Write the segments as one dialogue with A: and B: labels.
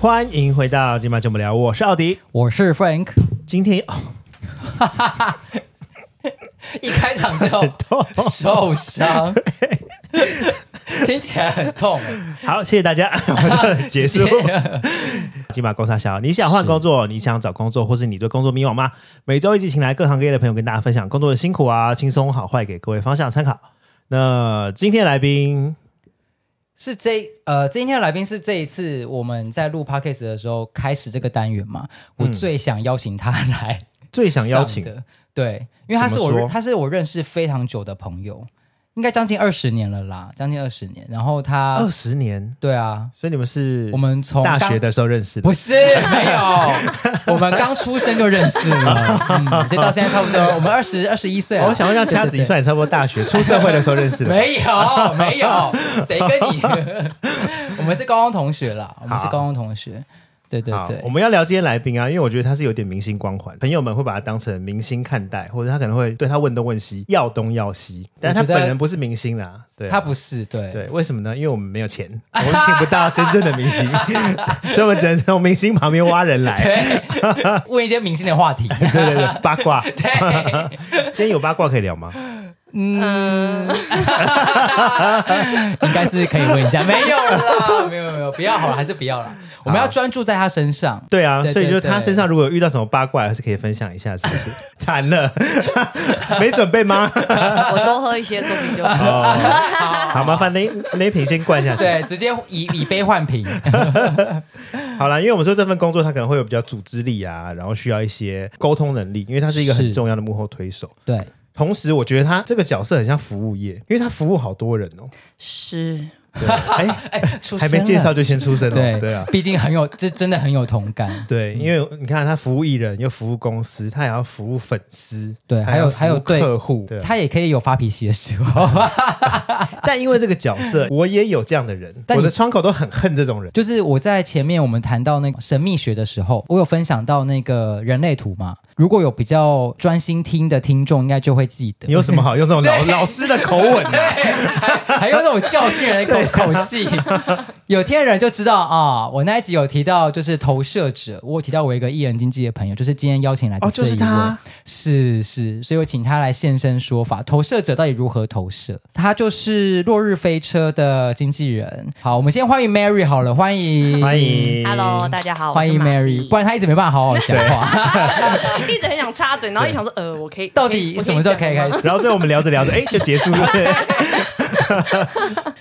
A: 欢迎回到今晚节目聊，我是奥迪。
B: 我是 Frank，
A: 今天哦，
B: 一开场 就受 伤，听起来很痛。
A: 好，谢谢大家，我们的结 束。金马工商小，你想换工作，你想找工作，或是你对工作迷惘吗？每周一集，请来各行各业的朋友跟大家分享工作的辛苦啊、轻松好坏，给各位方向参考。那今天来宾
B: 是这呃，今天的来宾是这一次我们在录 podcast 的时候开始这个单元嘛，我最想邀请他来
A: 最想邀请
B: 上的，对，因为他是我
A: 怎么说
B: 认他是我认识非常久的朋友，应该将近二十年了啦，将近二十年。然后他，
A: 二十年，
B: 对啊，
A: 所以你们是
B: 我们从
A: 大
B: 刚
A: 学的时候认识的，
B: 不是没 有，我们刚出生就认识了，嗯，所以到现在差不 多，我们二十二十一岁了。啊
A: 哦我想要让掐指一算，也差不多大学出社会的时候认识的。
B: 没有，没有，谁跟你？ 我们是高中同学啦，我们是高中同学。对对
A: 好，我
B: 对，
A: 们要聊今天来宾啊，因为我觉得他是有点明星光环，朋友们会把他当成明星看待，或者他可能会对他问东问西，要东要西，但是他
B: 我觉得
A: 本人不是明星啦，对啊、
B: 他不是对。
A: 对，为什么呢？因为我们没有 钱，我们请不到真正的明星，所以我们只能从明星旁边挖 人来。
B: 对，问一些明星 的话题。
A: 对对对，八卦，
B: 对，
A: 今天有八卦可以聊吗？
B: 应该是可以问一下。没有啦，没有没有，不要好了，还是不要了。我们要专注在他身上。
A: 对啊，
B: 对
A: 所以就是
B: 对
A: 他身上如果有遇到什么八卦，还是可以分享一下，是 不是？惨了， 没准备吗？
C: 我多喝一些，说不定就好。
A: 哦，好，麻烦那那一瓶先灌下去。
B: 对，直接以以杯换瓶。
A: 好啦，因为我们说这份工作它可能会有比较组织力啊，然后需要一些沟通能力，因为它是一个很
B: 是
A: 重要的幕后推手。
B: 对，
A: 同时，我觉得他这个角色很像服务业，因为他服务好多人 哦。
C: 是，
A: 对，哎、
B: 出
A: 还
B: 生
A: 没
B: 了
A: 介绍。就先出声了。
B: 啊对嗯
A: 对啊，
B: 毕竟很有，这真的很有同感。
A: 对，因为你看他服务艺人，又服务公司，他也要服务粉丝，
B: 对还有
A: 还要服务
B: 还有对
A: 客户。对啊，
B: 他也可以有发脾气的时候。
A: 但因为这个角色，我也有这样的人，
B: 但
A: 我
B: 你
A: 的窗口都很恨这种人。
B: 就是我在前面我们谈到那个神秘学的时候，我有分享到那个人类图嘛。如果有比较专心听的听众，应该就会记得
A: 你。有什么好用这 种老
B: 对
A: 老师的口吻、 啊？
B: 还还有那种教训人的口口气， 有听的人就知道啊、我那一集有提到，就是投射者，我有提到我一个艺人经纪的朋友，就是今天邀请来的
A: 哦
B: 这
A: 就
B: 一
A: 是
B: 位，
A: 他
B: 是是所以我请他来现身说法，投射者到底如何投射？他就是落日飞车的经纪人。好，我们先欢迎 Mary 好了，欢迎
A: 欢。迎
C: Hello，大家好，
B: 嗯欢迎
C: 我是玛
B: Mary，
C: 丽
B: 不然他一直没办法好好讲话。
C: 一直很想插嘴，然后也想说，呃，我可以
B: 到
C: 我可以
B: 底
C: 我
B: 什么时候可以
C: 讲
B: 开
C: 吗
B: 始？
A: 然后最后我们聊着聊着，哎、就结束了。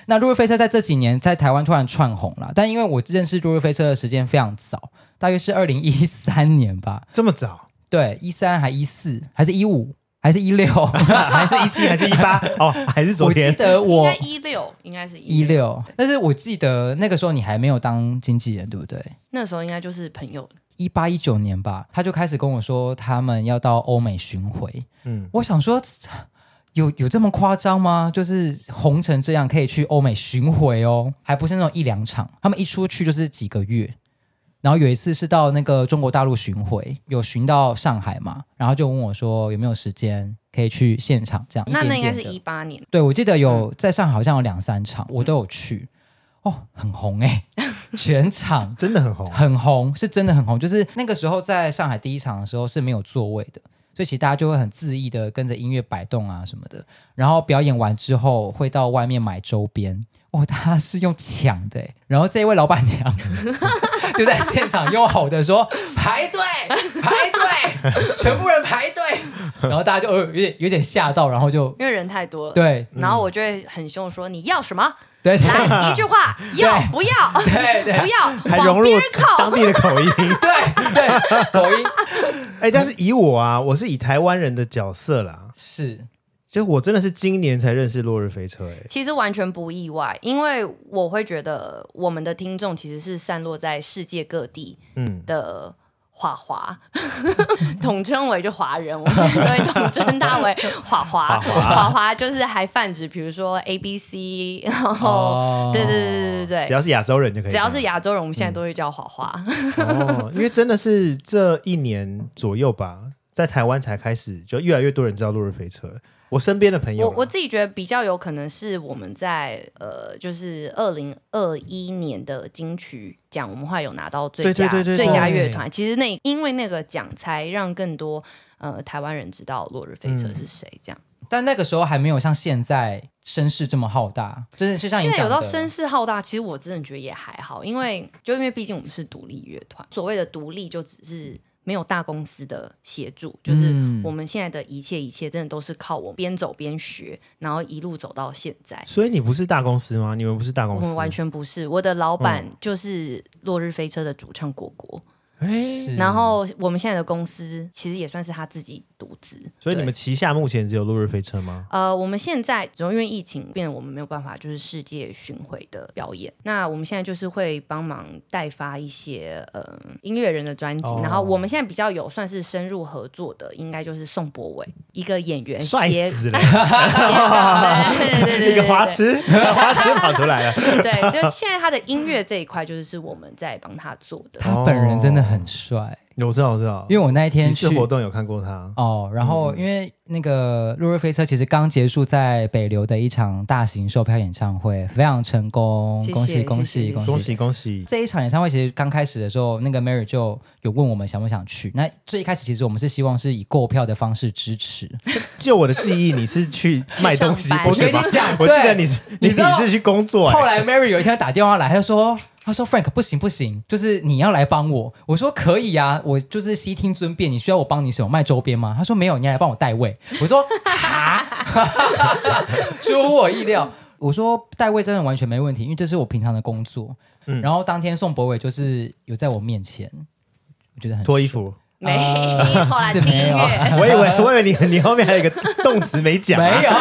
B: 那落日飞车在这几年在台湾突然窜红了，但因为我认识落日飞车的时间非常早，大约是二零一三年吧，
A: 这么早？
B: 对，一三还一四还是一五还是一六，
A: 还是一七，还是一八？ 哦，还是 昨
B: 我记
A: 天？
B: 得
C: 应
B: 我
C: 该一六，应该是
B: 一。六，但是我记得那个时候你还没有当经纪人，对不对？
C: 那时候应该就是朋友，
B: 一八一九年吧，他就开始跟我说他们要到欧美巡回。
A: 嗯
B: 嗯，我想说， 有有这么夸张吗？就是红成这样可以去欧美巡回哦，还不是那种一两场，他们一出去就是几个月。然后有一次是到那个中国大陆巡回，有巡到上海嘛，然后就问我说有没有时间可以去现场这样。
C: 那那
B: 一
C: 应
B: 点
C: 该
B: 点
C: 是
B: 的
C: 一嗯八年，
B: 对，我记得有在上海好像有两三场，我都有去，哦，很红 哎、全场
A: 真的很红。
B: 很红，是真的很红。就是那个时候在上海第一场的时候是没有座位的，所以其实大家就会很恣意的跟着音乐摆动啊什么的。然后表演完之后会到外面买周边，哦，大家是用抢的 欸。然后这一位老板娘 就在现场又吼的说：“排队，排队，全部人排队。” 然后大家就呃有点有点吓到，然后就
C: 因为人太多了。。
B: 对
C: 然后我就会很凶地说：“你要什么？
B: 对对
C: 来一句 话，要不要？
B: 对对
C: 不要，
A: 还
C: 往
A: 融
C: 别
A: 入
C: 人靠
A: 当。地的口 音，
B: 对对，口音
A: 哎、但是以我啊，我是以台湾人的角色啦，
B: 是
A: 就我真的是今年才认识落日飞车、哎”，
C: 其实完全不意外，因为我会觉得我们的听众其实是散落在世界各地，
A: 嗯，
C: 的华华， 统称为就华人，我们现在都会统称他为华华。
A: 华华
C: 华华就是还泛指，比如说 A B C，然后、
B: 哦
C: 对对对对对
A: 只
C: 对。
A: 要是亚洲人就可以，
C: 只要是亚洲人，我们现在都会叫华华。
A: 哦，因为真的是这一年左右吧，在台湾才开始，就越来越多人知道落日飞车，哎我身边的朋友啊
C: 我
A: 啦，
C: 我自己觉得比较有可能是我们在呃，就是二零二一年的金曲奖，我们后来有拿到最
A: 对
C: 佳
A: 对对对
C: 最佳
A: 对
C: 乐团。其实那因为那个奖，才让更多呃台湾人知道落日飞车
A: 嗯
C: 是谁。这样、
B: 但那个时候还没有像现在声势这么浩大，真的就像你
C: 现在
B: 讲
C: 有
B: 的
C: 到声势浩大，其实我真的觉得也还好，因为就因为毕竟我们是独立乐团，所谓的独立就只是。没有大公司的协助，就是
B: 嗯
C: 我们现在的一切一切，真的都是靠我边走边学，然后一路走到现在。
A: 所以你不是大公司吗？你们不是大
C: 我
A: 公司？
C: 们完全不是，我的老板
B: 嗯
C: 就是《落日飞车》的主唱果果，
A: 哎，
B: 是
C: 然后我们现在的公司其实也算是他自己独资，
A: 所以你们
C: 对
A: 旗下目前只有落日飞车吗？
C: 呃，我们现在主要因为疫情，变得我们没有办法就是世界巡回的表演，那我们现在就是会帮忙代发一些呃音乐人的专辑，
A: 哦
C: 然后我们现在比较有算是深入合作的，应该就是宋博伟一个演员
A: 帅
C: 斜
A: 死了！
C: 对对对对对，
A: 一个花
C: 对
A: 痴，花痴跑出来了。
C: 对，就现在他的音乐这一块，就是是我们在帮他做的。
B: 他本人真的很帅，
A: 我知道，我知道，
B: 因为我那一天
A: 几
B: 去
A: 次活动有看过他。
B: 哦，然后因为那个落日飞车其实刚结束在北流的一场大型售票演唱会，非常成功，
C: 谢谢
B: 恭喜
C: 谢谢
B: 恭喜
C: 谢谢
A: 恭
B: 恭喜！
A: 喜恭喜！
B: 这一场演唱会其实刚开始的时候，那个 Mary 就有问我们想不想去。那最一开始其实我们是希望是以购票的方式支持，
A: 就我的记忆，你是去卖东西
C: 上，班
A: 不是吧
B: 我跟你讲
A: 我记得
B: 对
A: 你是你
B: 你知道
A: 是去工作，哎
B: 后来 Mary 有一天打电话来，她就说：“她说 Frank 不行不行，就是你要来帮我。”我说：“可以啊，我就是悉听尊便，你需要我帮你什么卖周边吗？”她说：“没有，你要来帮我代位。”我说：“哈， 出乎我意料。”我说代位真的完全没问题，因为这是我平常的工作。
A: 嗯
B: 然后当天宋博伟就是有在我面前，我觉得很
A: 脱衣服。
C: 没，后来
B: 是
C: 听
B: 没
C: 音
B: 有
C: 乐，
A: 我以 为我以为你你后面还有一个动词没讲啊，
B: 没有，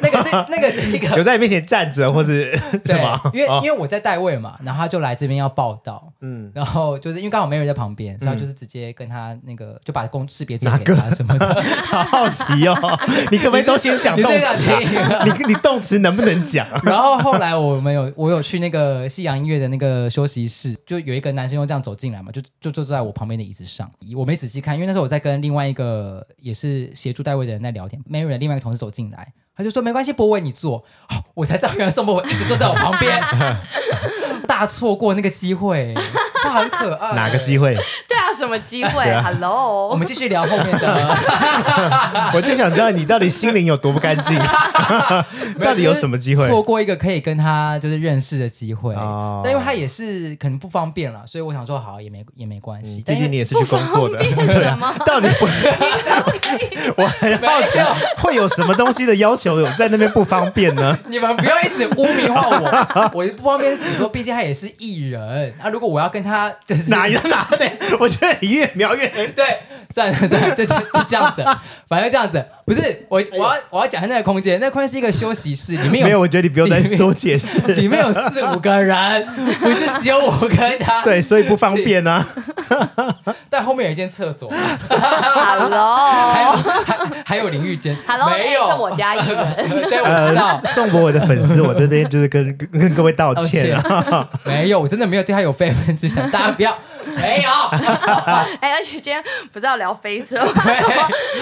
B: 那个是那个是一个
A: 有在你面前站着或是 什
B: 对，
A: 么？
B: 因为、
A: 哦
B: 因为我在代位嘛，然后他就来这边要报道，
A: 嗯
B: 嗯，然后就是因为刚好没人在旁边，所以他
A: 嗯
B: 就是直接跟他那个就把公识别证
A: 哪
B: 给他什 么的，
A: 好好奇 哦，你可不可以都先讲
B: 你
A: 动
B: 这
A: 词
B: 个
A: 啊？你 你动词能不能讲？
B: 然后后来我们有我有去那个西洋音乐的那个休息室，就有一个男生就这样走进来嘛，就就就坐在我旁边的椅子上，我没仔细看，因为那时候我在跟另外一个也是协助代位的人在聊天，Mary 的另外一个同事走进来。他就说没关系，博伟你坐、 哦我才知道原来宋博伟一直坐在我旁 边，大错过那个机会，他很可爱。
A: 哪个机会？
C: 对啊，什么机会？Hello，
B: 我们继续聊后面 的，
A: 我就想知道你到底心灵有多不干净，到底有什么机会？
B: 错过一个可以跟他就是认识的机会？
A: 哦
B: 但因为他也是可能不方便了，所以我想说好也没也没关系。
A: 嗯
B: 但
A: 毕竟你也是去工作的，啊
C: 不方便 什么
A: 到底不？我很好奇
B: 没 有，
A: 会有什么东西的要求有在那边不方便呢？
B: 你们不要一直污名化我，我不方便只说，毕竟他也是艺人啊。如果我要跟他就 是
A: 哪有哪的？我觉得你越描越……
B: 对，算了算了，就就就这样子，反正这样子。不是我我要我要讲一下那个空间，那个空间是一个休息室，里面有
A: 没有，我觉得你不用再多解释。
B: 里面有四五个人，不是只有我跟他。，
A: 对，所以不方便啊。
B: 但后面有一间厕所，还有
C: Hello，Hello，
B: 还还有淋浴间。没
C: 这
B: 有
C: 哎
B: 呃
C: 是我家艺 人，
B: 对，我知道，
A: 呃宋博伟的粉丝，我这边就是跟跟跟各位道
B: 道
A: 歉
B: 歉
A: 啊。
B: 没有，我真的没有对他有非分之想，大家不要，没 有，
C: 哎，而且今天不是要聊飞车吗？
B: 对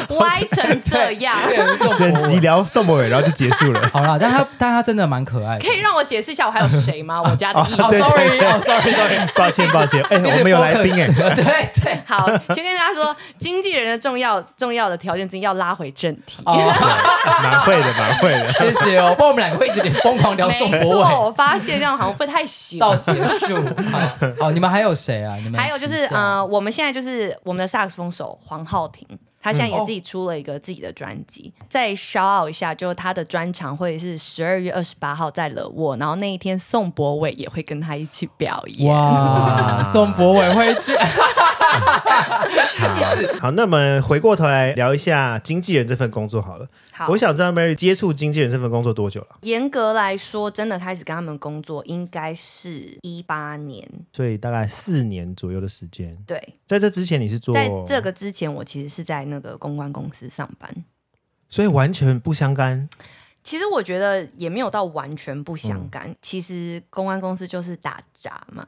C: 怎么歪成这样？
A: 整集聊宋博伟，然后就结束了。
B: 好了，但他但他真的蛮可爱的
C: 可。以让我解释一下我还有谁 吗？我家的艺
B: 哦
A: 对
C: 人。
B: ，sorry，哦，sorry，sorry，
A: 抱歉，抱歉。哎，我们有来宾哎，
B: 对对，
C: 好，先跟大家说，经纪人的重要重要的条件之一要拉回正题。
B: 哦，
A: 哎蛮会的，蛮会 的。
B: 谢谢哦，不然我们两个会一直疯狂聊宋
C: 没
B: 博
C: 错，
B: 伟
C: 我发现这样好像不太行。
B: 到结束。好，好，你们还有谁啊？你们
C: 还有就是
B: 旗下
C: 呃，，我们现在就是我们的萨克斯风手黄浩庭，他现在也自己出了一个自己的专辑。再 shout out 一下，就是他的专场会是十二月二十八号在勒沃，然后那一天宋博伟也会跟他一起表演。
B: 哇，宋博伟会去，
A: 好，那么回过头来聊一下经纪人这份工作好了。
C: 好
A: 我，想知道 Mary 接触经纪人这份工作多久了？
C: 严格来说，真的开始跟他们工作应该是一八年。
A: 所以大概四年左右的时间。
C: 对，
A: 在这之前你是做
C: 在这个之前，我其实是在那个公关公司上班。
A: 所以完全不相干。
C: 其实我觉得也没有到完全不相干。其实公关公司就是打杂嘛，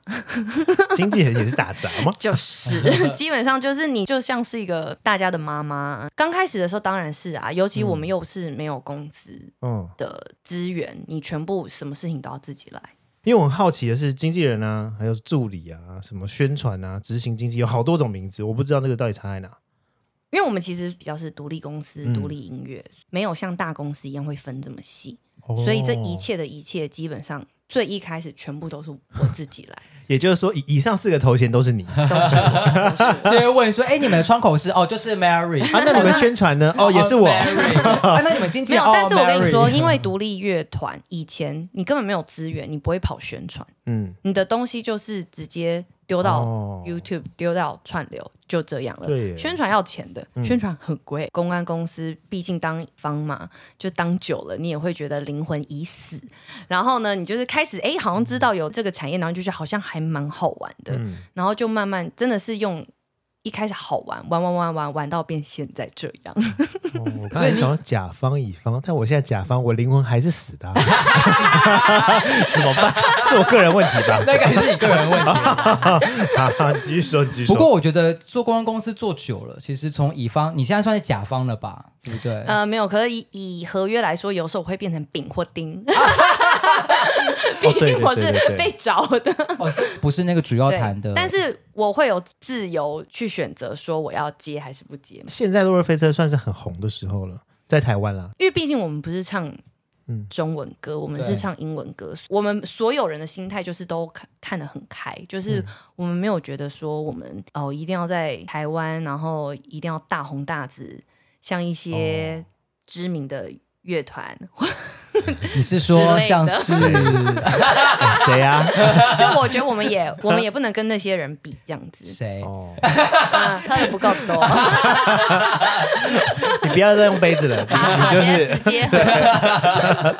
A: 经纪人也是打杂吗？
C: 就是基本上就是你就像是一个大家的妈妈。刚开始的时候当然是啊，尤其我们又是没有工资
A: 嗯，
C: 的资源，你全部什么事情都要自己来。
A: 因为我很好奇的是，经纪人啊，还有助理啊，什么宣传啊，执行经纪有好多种名字，我不知道那个到底差在哪。
C: 因为我们其实比较是独立公司、
A: 嗯
C: 独立音乐，没有像大公司一样会分这么细，
A: 哦
C: 所以这一，切的一切基本上最一开始全部都是我自己来。
A: 也就是说，以以上四个头衔都是你 啊。
C: 都是我都是
B: 就会问说：“哎，你们的窗口是哦，就是 Mary
A: 那你们宣传呢？哦，也是 我。
B: Mary 啊那你们经纪
C: 没
B: 人
C: 有，
B: 哦
C: 但是我跟你说，
B: Mary
C: 因为独立乐团以前你根本没有资源，你不会跑宣传，
A: 嗯，
C: 你的东西就是直接丢到
A: 哦
C: YouTube、丢到串流，就这样了。
A: 对耶嗯
C: 宣传要钱的，宣传很贵。公关公司毕竟当方嘛，就当久了，你也会觉得灵魂已死。然后呢，你就是开始哎，好像知道有这个产业，然后就觉得好像还蛮好玩的，
A: 嗯
C: 然后就慢慢真的是用。一开始好玩，玩玩玩玩玩到变现在这样，
A: 哦我刚才想要甲方乙方，但我现在甲方，我灵魂还是死的啊、怎么办？是我个人问题吧？
B: 那个是你个人 问题。
A: 啊，你继续说，你继续说。
B: 不过我觉得做公关公司做久了，其实从乙方，你现在算是甲方了吧？对不对？
C: 呃，没有，可是以以合约来说，有时候我会变成丙或 丁， 毕
A: 哦对
C: 竟
A: 对
C: 我
A: 对
C: 是
A: 对对
C: 被找的。
B: 哦，这不是那个主要谈的，
C: 但是我会有自由去选择，说我要接还是不接嘛。
A: 现在洛瑞飞车算是很红的时候了，在台湾啦。
C: 因为毕竟我们不是唱
A: 嗯
C: 中文歌，我们
B: 对
C: 是唱英文歌，我们所有人的心态就是都看看得很开，就是
A: 嗯
C: 我们没有觉得说我们哦一定要在台湾，然后一定要大红大紫，像一
A: 哦
C: 些知名的乐团，
B: 你是说像是
A: 谁啊？
C: 就我觉得我们也 我们也不能跟那些人比这样子，
B: 谁？
A: 哦，
C: 嗯，喝的不够多，
A: 你不要再用杯子了，你你 就
C: 别
A: 是
C: 直接喝。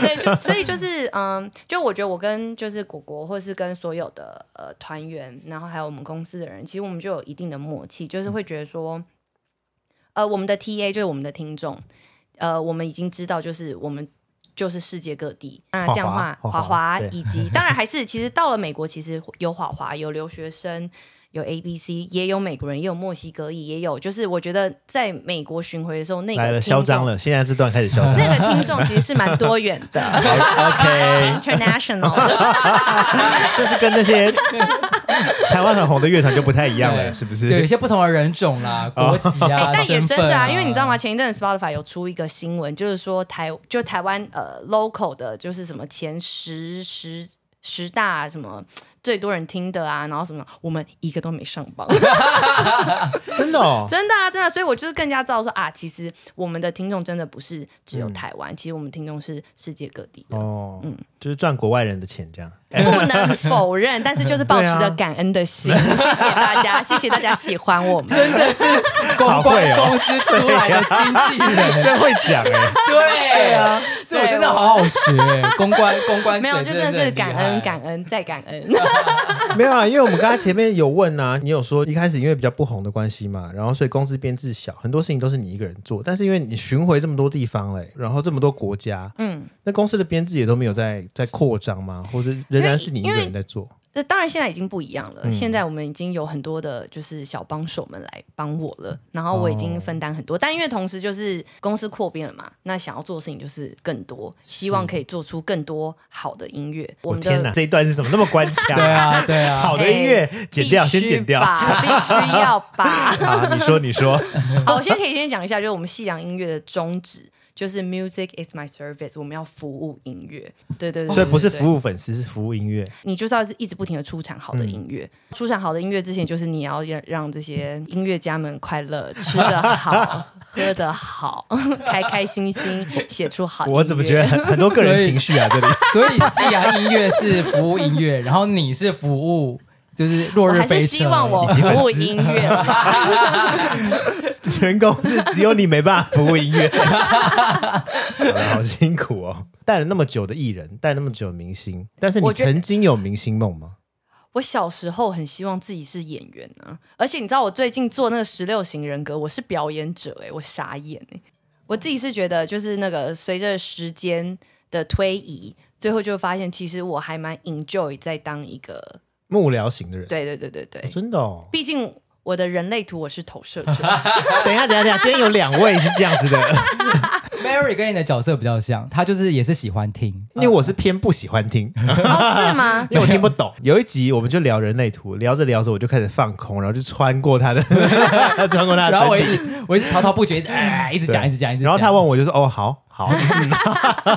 C: 对，就所以就是嗯，就我觉得我跟就是果果，或是跟所有的呃团员，然后还有我们公司的人，其实我们就有一定的默契，
A: 嗯
C: 就是会觉得说，呃，我们的 TA 就是我们的听众，呃，我们已经知道就是我们。就是世界各地，那这样的话，
A: 华华
C: 华华
A: 对
C: 以及当然还是，其实到了美国，其实有华华，有留学生，有 A B C，也有美国人，也有墨西哥裔，也有就是我觉得在美国巡回的时候，那
A: 来
C: 个
A: 了，
C: 听
A: 嚣张
C: 众
A: 了。现在这段开始嚣 张。哎
C: 那个听众其实是蛮多元 的啊
A: OK，
C: ，international 的。
A: 就是跟那些台湾很红的乐团就不太一样了，
B: 对
A: 是不
B: 对，有一
A: 是？
B: 些不同的人种啦、国籍
C: 哎
B: 啊、
C: 但也
B: 身
C: 真
B: 份
C: 的
B: 啊，
C: 啊，因为你知道吗？前一阵子 Spotify 有出一个新闻，就是说台就台湾呃 local 的，就是什么前十十十大什么最多人听的啊，然后什么，我们一个都没上榜，
A: 真的哦，
C: 真的啊，真的。所以我就是更加知道说啊，其实我们的听众真的不是只
A: 嗯
C: 有台湾，其实我们听众是世界各地的。
A: 哦，就是赚国外人的钱这样。
C: 不能否认，但是就是保持
A: 对
C: 着
A: 啊
C: 感恩的心，谢谢大家， 谢谢大家喜欢我们。
B: 真的是公关公司出来的经纪 人，
A: 真会讲哎、
B: 对啊，这我真的好好学，公关公关
C: 没有，就
B: 嘴
C: 真的是
B: 很厉害
C: 感恩，感恩再感恩。
A: 没有啊，因为我们刚才前面有问啊，你有说一开始因为比较不红的关系嘛，然后所以公司编制小，很多事情都是你一个人做，但是因为你巡回这么多地方嘞、然后这么多国家，嗯，那公司的编制也都没有在在扩张吗？或是仍然是你一个人在做？
C: 那 当然现在已经不一样了，现在我们已经有很多的就是小帮手们来帮我了，然后我已经分担很多，但因为同时就是公司扩编了嘛，那想要做的事情就是更多，希望可以做出更多好的音乐。我
A: 我
C: 们
A: 天哪，
C: 的
A: 这一段是什么那么官 腔？
B: 对啊对啊，
A: 好的音乐剪掉，
C: 哎必须
A: 先剪掉。
C: 吧，必须要吧。
A: 啊，你说你 说，
C: 好，我先可以先讲一下，就是我们夕阳音乐的宗旨，就是 music is my service，我们要服务音乐。对对对，
A: 所以不是服
C: 务，
A: 务粉丝，是服务音乐。
C: 你就是要一直不停的出产好
A: 嗯
C: 的音乐。出产好的音乐之前，就是你要让让这些音乐家们快乐，吃得好。 喝得好，开开心心，写出啊好音乐。
A: 我怎么觉得很很多个 人
B: 所以
A: 情绪啊？这里
B: 所以西洋音乐是服务音乐，然后你是服务就是落
C: 我
B: 日
C: 还
B: 飞车，
C: 是希望我
B: 以及
C: 服务音乐啦，
A: 全公司只有你没办法服务音 乐，好了，好辛苦哦。带了那么久的艺人，带了那么久的明星，但是你
C: 我觉得
A: 曾经有明星梦吗？
C: 我小时候很希望自己是演员欸啊，而且你知道我最近做那个十六型人格，我是表演者哎、我傻眼哎、我自己是觉得，就是那个随着时间的推移，最后就发现，其实我还蛮 enjoy 在当一个，
A: 幕僚型的人，
C: 对对对对对
A: 哦，真的哦。
C: 毕竟我的人类图我是投射者，
A: 等一下，等一下，等一下，今天有两位是这样子的，
B: Mary 跟你的角色比较像，她就是也是喜 欢听，
A: 因为我是偏不喜欢听，
C: 哦，是吗？
A: 因为我听不懂。 有一集我们就聊人类图，聊着聊着我就开始放空，然后就穿过 他的，穿过他的
B: 呃然后我一
A: 身体，
B: 直 我一直滔滔不绝，一直哎一直讲一直讲一直讲，
A: 然后他问我就说：“哦，好 好。嗯”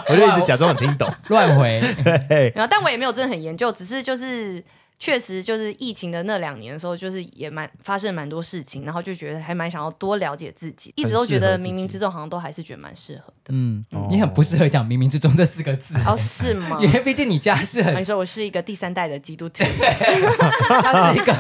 A: 我就一直假装很听懂。
B: 乱回，
A: 对，
C: 然后，但我也没有真的很研究，只是就是确实就是疫情的那两年的时候，就是也蛮发生蛮多事情，然后就觉得还蛮想要多了解自己，一直都觉 得冥冥之中好像都还是觉得蛮适合 的。
B: 嗯，
A: 哦
B: 你很不适合讲“冥冥之中”这四个字，
C: 哦，是 吗？
B: 因为毕竟你家是
C: 啊你
B: 很，
C: 说我是一个第三代的基督徒，
B: 他 是一个，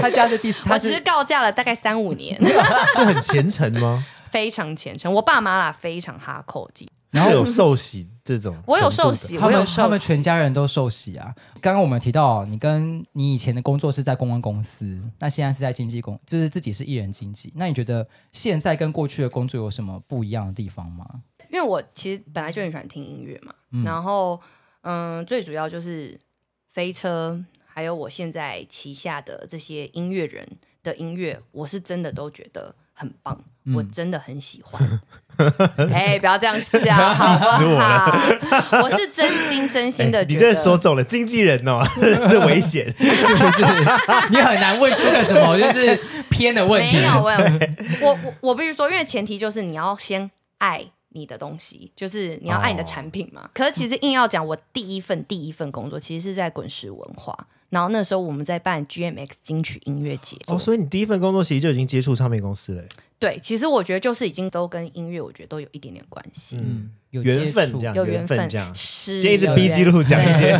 B: 他家是第，他
C: 我只
B: 是
C: 是告假了大概三五年，
A: 是很虔诚吗？
C: 非常虔诚。我爸妈啦非常哈扣基，
A: 然后有受洗这种程度的，
C: 我有受洗
B: 他
C: 我有
B: 们
C: 受
B: 他们
C: 洗
B: 全家人都受洗啊。刚刚我们提到，你跟你以前的工作是在公关公司，那现在是在经纪公，就是自己是艺人经纪。那你觉得现在跟过去的工作有什么不一样的地方 吗？
C: 因为我其实本来就很喜欢听音乐嘛，然后嗯，最主要就是飞车，还有我现在旗下的这些音乐人的音乐，我是真的都觉得很棒，
A: 嗯
C: 我真的很喜 欢。哎、不要这样笑，好不好？
A: 我
C: 我是真心真心的
A: 哎
C: 觉得，
A: 你这说中了，经纪人 哦，这危险。
B: 啊你很难问出个什么就是偏的问题
C: 没。有，我有我我我必须说，因为前提就是你要先爱你的东西，就是你要爱你的
A: 哦
C: 产品嘛。可是其实硬要讲，我第一份第一份工作其实是在滚石文化，然后那时候我们在办 GMX 金曲音乐节。
A: 哦，所以你第一份工作其实就已经接触唱片公司了，
C: 对，其实我觉得就是已经都跟音乐，我觉得都有一点点关系，
A: 嗯，
B: 有
A: 缘分
B: 接触
A: 这样
C: 有
A: 缘分
C: 分
A: 这样今
C: 是
A: 天一直
C: 有
A: 逼
C: 缘
A: 记录讲一 些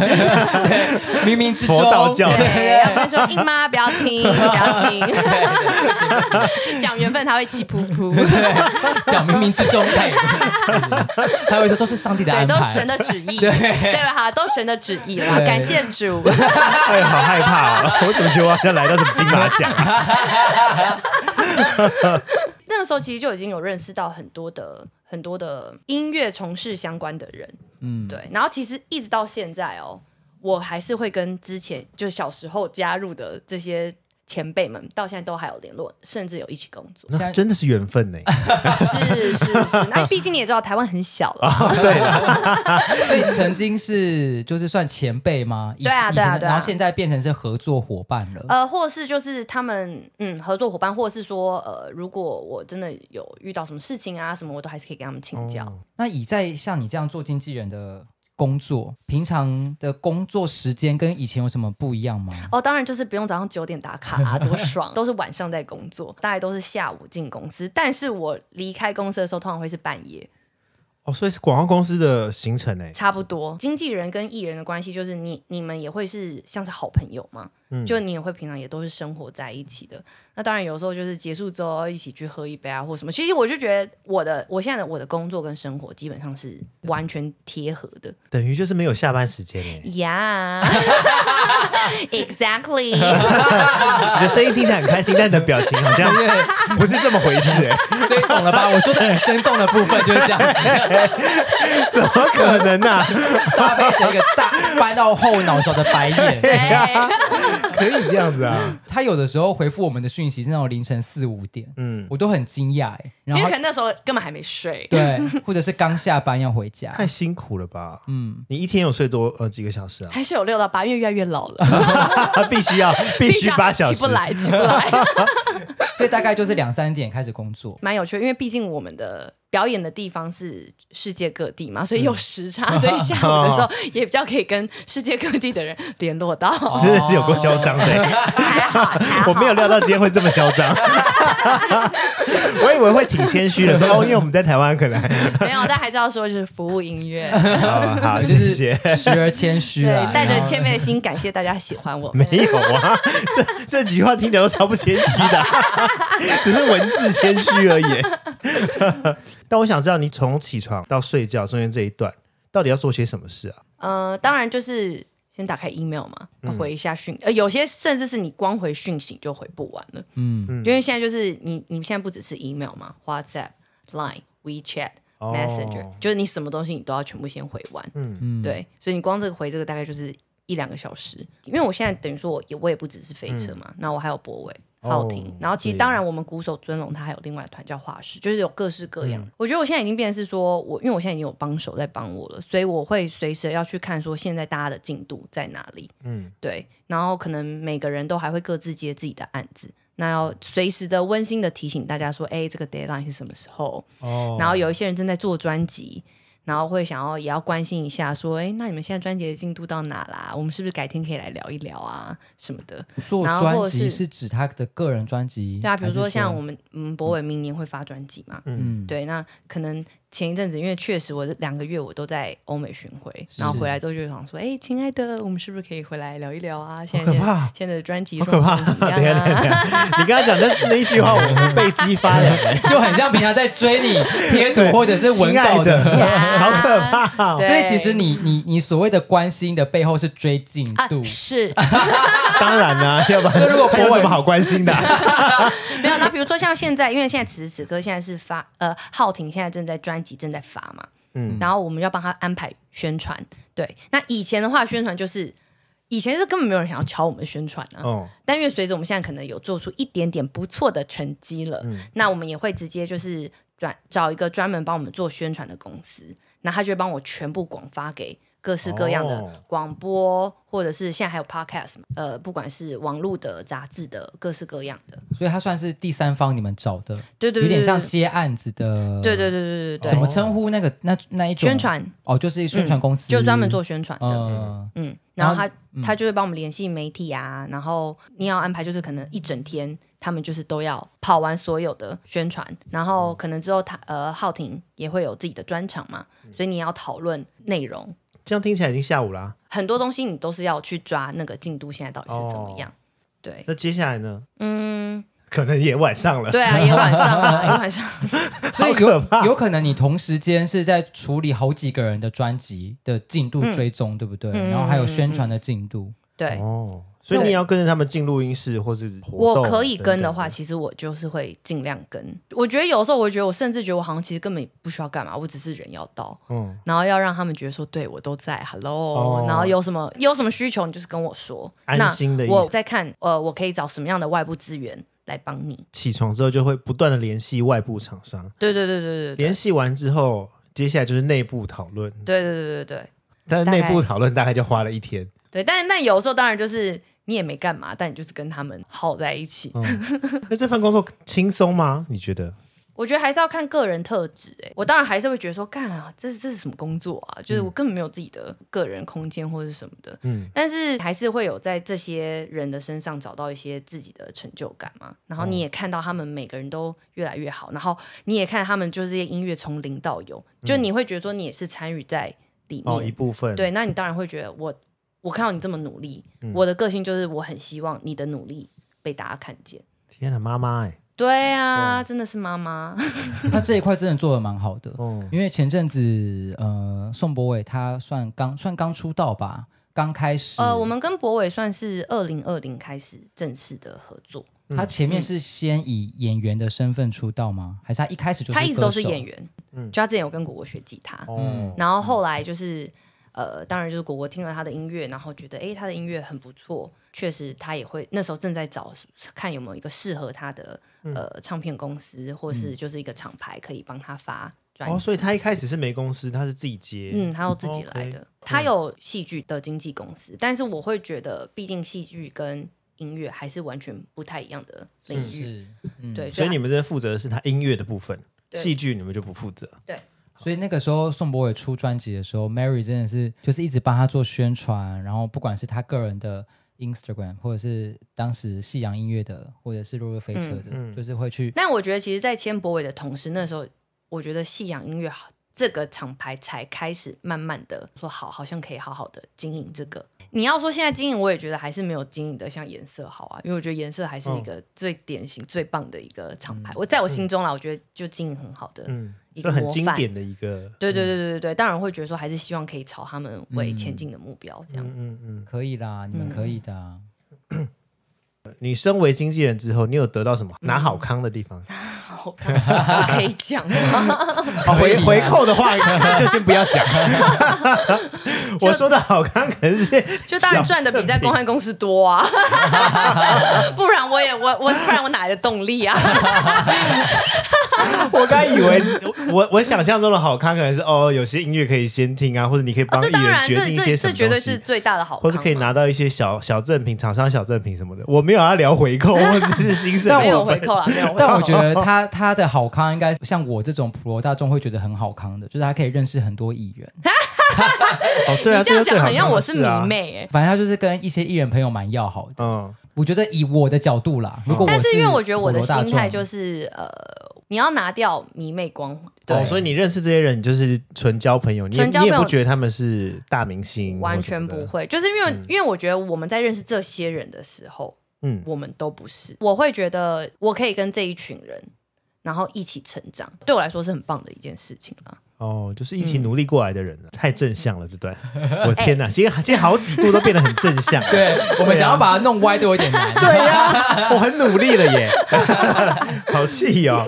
B: 冥冥之中，
A: 佛道教
C: 对， 我跟你说，硬妈不要听，不要听，讲缘分他会气噗噗，
B: 对， 讲冥冥之中，他也不是他会说都是上帝的
C: 对，
B: 安
C: 都
B: 排，
C: 神的旨 意，对了哈，都神的旨意啦，
B: 对
C: 感谢主。
A: 哎，好害怕哦！我怎么觉得我好像来到什么金马奖啊？。
C: 那个时候其实就已经有认识到很多的很多的音乐从事相关的人，
B: 嗯，
C: 对。然后其实一直到现在哦，我还是会跟之前就小时候加入的这些前辈们，到现在都还有联络，甚至有一起工作
A: 那真的是缘分呢。
C: 是 是是，那毕竟你也知道台湾很小了，
B: 所以曾经是就是算前辈吗？以
C: 对啊
B: 以前的
C: 对啊对啊
B: 然后现在变成是合作伙伴了。
C: 呃，或是就是他们嗯合作伙伴，或是说呃，如果我真的有遇到什么事情啊什么，我都还是可以跟他们请教。
B: 那以在像你这样做经纪人的工作，平常的工作时间跟以前有什么不一 样吗？
C: 哦，当然就是不用早上九点打卡啊，多爽！都是晚上在工作，大概都是下午进公司。但是我离开公司的时候，通常会是半夜，
A: 哦，所以是广告公司的行程哎，
C: 差不多。经纪人跟艺人的关系就是你你们也会是像是好朋友嘛，就你也会平常也都是生活在一起的。那当然有时候就是结束之后一起去喝一杯啊或什么。其实我就觉得我的我现在的我的工作跟生活基本上是完全贴合的
A: 等于就是没有下班时间 哎。
C: ，Yeah，exactly 。
A: 你的声音听起来很开心，但你的表情好 像不是这么回事哎，
B: 所以懂了吧？我说的很生动的部分就是这 样子，
A: 怎么可能啊？
B: 搭配着一个大翻到后脑勺的白眼。
C: 对，
A: 可以这样子啊？
B: 他有的时候回复我们的讯息是那种凌晨四五点，
A: 嗯，
B: 我都很惊讶哎。
C: 因
B: 然
C: 为
B: 后
C: 可能那时候根本还没睡。
B: 对，或者是刚下班要回 家，
A: 太辛苦了吧？嗯，你一天有睡多呃几个小时 啊？
C: 还是有六到八，因为越来越老了，
A: 必须要 必须八 小
C: 起
A: 时
C: 不。来，起不来，
B: 所以大概就是两三点开始工作。
C: 蛮有趣的。因为毕竟我们的表演的地方是世界各地嘛，所以有时差，所以下午的时候
A: 嗯
C: 也比较可以跟世界各地的人联络到。
B: 哦
A: 真的是有够嚣张的、 我没有料到今天会这么嚣张，我以为会挺谦虚 的，说哦，因为我们在台湾可能
C: 没有，但还是要说就是服务音乐，
A: 好好，
B: 就
A: 谢
B: 是
A: 谢。
B: 时而谦虚
C: 对
A: 啊
B: 啦，，
C: 带
B: 然
C: 着
B: 后
C: 谦卑的心，感谢大家喜欢我们。
A: 没有啊，这这几句话听起来都超不谦虚 的，只是文字谦虚而已。 但我想知道，你从起床到睡觉中间这一段，到底要做些什么事啊？
C: 呃，当然就是先打开 email 嘛，回一下讯，呃，有些甚至是你光回讯息就回不完了，嗯，因为现在就是你，你现在不只是 email 嘛，WhatsApp、Line、 WeChat、
A: 哦
C: Messenger，就是你什么东西你都要全部先回完。
B: 嗯，，
C: 对，所以你光这个回这个大概就是一两个小时，因为我现在等于说我也我也不只是飞车嘛，那我还有博伟。浩
A: 嗯哦
C: 庭，然后其实
A: 对
C: 当然，我们鼓手尊龙他还有另外一团叫画室，就是有各式各样。
A: 嗯
C: 我觉得我现在已经变成是说，我因为我现在已经有帮手在帮我了，所以我会随时要去看说现在大家的进度在哪里。
A: 嗯，
C: 对，然后可能每个人都还会各自接自己的案子，那要随时的温馨的提醒大家说，哎，这个 deadline 是什么时候？
A: 哦，
C: 然后有一些人正在做专辑，然后会想要也要关心一下，说，哎，那你们现在专辑的进度到哪啦？我们是不是改天可以来聊一聊啊什么的？
B: 做
C: 然后
B: 专
C: 或者
B: 辑
C: 是
B: 是指他的个人专辑，
C: 对啊，比如
B: 还是
C: 说
B: 说
C: 像我们，嗯，博伟明年会发专辑嘛，
B: 嗯，
C: 对，那可能前一阵子，因为确实我两个月我都在欧美巡回，然后回来之后就想说，哎，亲爱的，我们是不是可以回来聊一聊啊？现在
A: 可怕
C: 现在的专辑
A: 好可怕！
C: 状
B: 嗯
C: 况怎么
A: 等一下
C: 样
A: 等一
C: 啊？
A: 下，你刚刚讲的那一句话，我被激发了，
B: 就很像平常在追你贴图或者是文
A: 亲爱
B: 稿
A: 的，
B: 的。
A: 好可怕哦！
C: 对
B: 所以其实你你你所谓的关心的背后是追进
C: 啊
B: 度，，
C: 是
A: 当然啦， 要不
B: 所
A: 然
B: 以如果
A: 他
B: 博
A: 有
B: 伟
A: 什么好关心 的啊？
C: 没有。那比如说像现在，因为现在此时此刻现在是发呃，浩廷现在正在专辑正在发嘛，
A: 嗯
C: 嗯，然后我们要帮他安排宣传。对，那以前的话宣传就是以前是根本没有人想要敲我们宣传啊，
A: 哦，
C: 但因为随着我们现在可能有做出一点点不错的成绩了，那我们也会直接就是转找一个专门帮我们做宣传的公司，那他就会帮我全部广发给各式各样
A: 哦
C: 的广播，或者是现在还有 podcast，嘛呃，不管是网络的、杂志的，各式各样的，
B: 所以他算是第三方你们找的，
C: 对对对，
B: 有点
C: 对
B: 像
C: 对
B: 接案子的，
C: 对对对对对对
B: 嗯怎么称呼那个那那一种
C: 宣传，嗯
B: 哦，就是宣传公司，
C: 就专门做宣传的。
B: 嗯，
C: 嗯，
B: 然
C: 然
B: 后
C: 后他他就会帮我们联系媒体啊，然后你要安排就是可能一整天，他们就是都要跑完所有的宣传，然后可能之后他呃浩廷也会有自己的专场嘛，所以你要讨论内容，
A: 这样听起来已经下午啦。
C: 很多东西你都是要去抓那个进度现在到底是怎么样。对
A: 那接下来呢？嗯，可能也晚上了。
C: 对啊，也晚上啊，也晚上。
B: 所以
A: 好可怕
B: 有有可能你同时间是在处理好几个人的专辑的进度追踪，对不对？
C: 嗯
B: 然后还有宣传的进度，
C: 对，
A: 哦，所以你也要跟着他们进录音室或是活
C: 我
A: 动啊
C: 可以跟的话，
A: 等
C: 其实我就是会尽量跟。我觉得有时候，我觉得我甚至觉得我好像其实根本不需要干嘛，我只是人要到。
A: 等的，嗯，
C: 然后要让他们觉得说，对我都在，hello，、
A: 哦
C: 然后有什么有什么需求，你就是跟我说，
A: 安心的意思
C: 那我再看，呃，我可以找什么样的外部资源来帮你。
A: 起床之后就会不断的联系外部厂商，
C: 对对对对对
A: 联系完之后，接下来就是内部讨论，
C: 对对对对对
A: 但是
C: 大概
A: 内部讨论大概就花了一 天。
C: 对，但但有时候当然就是你也没干嘛，但你就是跟他们耗在一起。
A: 那这份工作轻松吗？你觉得？
C: 我觉得还是要看个人特质、欸，我当然还是会觉得说，干啊，这这是什么工作啊？就是我根本没有自己的个人空间或者是什么的，
A: 嗯
C: 嗯，但是还是会有在这些人的身上找到一些自己的成就感嘛。然后你
A: 哦
C: 也看到他们每个人都越来越好，然后你也看他们就是这些音乐从零到有，就你会觉得说你也是参与在里面，
A: 嗯哦，一部分，嗯
C: 对，那你当然会觉得我我看到你这么努力，我的个性就是我很希望你的努力被大家看见。
A: 天哪，妈妈哎，
C: 对啊，真的是妈妈。
B: 他这一块真的做的蛮好的。
A: 哦，
B: 因为前阵子，呃，宋博伟他算刚算刚出道吧，刚开始。
A: 嗯
C: 呃，我们跟博伟算是二零二零开始正式的合作，
B: 他前面是先以演员的身份出道吗？还是他一开始就是
C: 他一直都是演
B: 员？
C: 员。
A: 嗯
C: 就他之前有跟果果学吉他，
A: 哦，
C: 然后后来就是呃，当然就是果果听了他的音乐，然后觉得诶，他的音乐很不错，确实他也会那时候正在找看有没有一个适合他的
A: 嗯
C: 呃唱片公司，或是就是一个厂牌可以帮他发专
A: 哦，
C: 辑。
A: 所以他一开始是没公司，他是自己接，
C: 嗯，他要自己来的。
A: 哦 OK
C: 他有戏剧的经纪公司，但是我会觉得，毕竟戏剧跟音乐还是完全不太一样的领域。
B: 是，嗯
C: 对，
A: 嗯所以
C: 他
A: 你们这负责的是他音乐的部分，
C: 对
A: 戏剧你们就不负责。
B: 所以那个时候宋博伟出专辑的时候，Mary 真的是就是一直帮他做宣传，然后不管是他个人的 Instagram，或者是当时夕阳音乐的，或者是落日飞车的，
C: 嗯
B: 就是会去
C: 但我觉得，其实，在签博伟的同时，那时候我觉得夕阳音乐这个厂牌才开始慢慢的说好，好像可以好好的经营这个。你要说现在经营，我也觉得还是没有经营的像颜色好啊，因为我觉得颜色还是
A: 嗯
C: 一个最典型、最棒的一个厂牌。我在我心中啦，我觉得就经营很好的。
A: 嗯，
C: 一
A: 就
C: 个
A: 很
C: 模
A: 经
C: 范
A: 典的嗯一个，
C: 对对对对对对，当然会觉得说还是希望可以朝他们为前进的目标这样。
A: 嗯嗯。
B: 可以啦，你们可以的啊、
C: 嗯
A: 你身为经纪人之后，你有得到什么拿好康的地方？
C: 扣， 我可以讲吗？
A: 哦回
B: 可以啊
A: 回扣的话就先不要讲。 我说的好康可能是
C: 就当然赚的比在公
A: 关。
C: 安公司多啊， 不然我也我我不然我哪来的动 力啊？
A: 我刚以为我我想象中的好康可能是哦，有些音乐可以先听啊，或者你可以
C: 哦
A: 帮
C: 这
A: 艺
C: 当
A: 人
C: 然，
A: 决
C: 这
A: 定一
C: 这
A: 些什
C: 这
A: 么
C: 绝
A: 东
C: 对是
A: 西。
C: 最大的好
A: 或
C: 康嘛，啊
A: 是可以拿到一些小小赠品，厂商小赠品什么的。我没有要聊回扣或者是新生，
C: 没有回扣啦，没有回扣。
B: 但我 觉得他他的好康应该像我这种普罗大众会觉得很好康的，就是他可以认识很多艺人。
A: 哦，对啊，
C: 你这样
A: 个最
C: 讲，
A: 好
C: 好像
A: 看
C: 我
A: 的
C: 是
A: 事
C: 迷
A: 啊。
C: 妹哎。
B: 反正他就是跟一些艺人朋友蛮要好的。
A: 嗯，
B: 我觉得以我的角度啦，如果我
C: 但是因为我觉得我的
B: 普罗大
C: 心
B: 众
C: 态就是呃，你要拿掉迷妹光环，
B: 对
A: 哦，所以你认识这些人，你就是纯交朋友，你也
C: 纯交
A: 你
C: 朋
A: 也
C: 友
A: 不觉得他们是大明星，
C: 完全不。会，就是因为、因为我觉得我们在认识这些人的时候，
A: 嗯，
C: 我们都不是。我会觉得我可以跟这一群人，然后一起成长，对我来说是很棒的一件事情啊。
A: 哦，就是一起努力过来的人了，太正向了这段。
C: 嗯
A: 我天
C: 哎
A: 哪，今天今天好几度都变得很正向。
B: 对我们想要把它弄歪都有点 难。
A: 对 呀、啊我很努力了耶， 好气哦。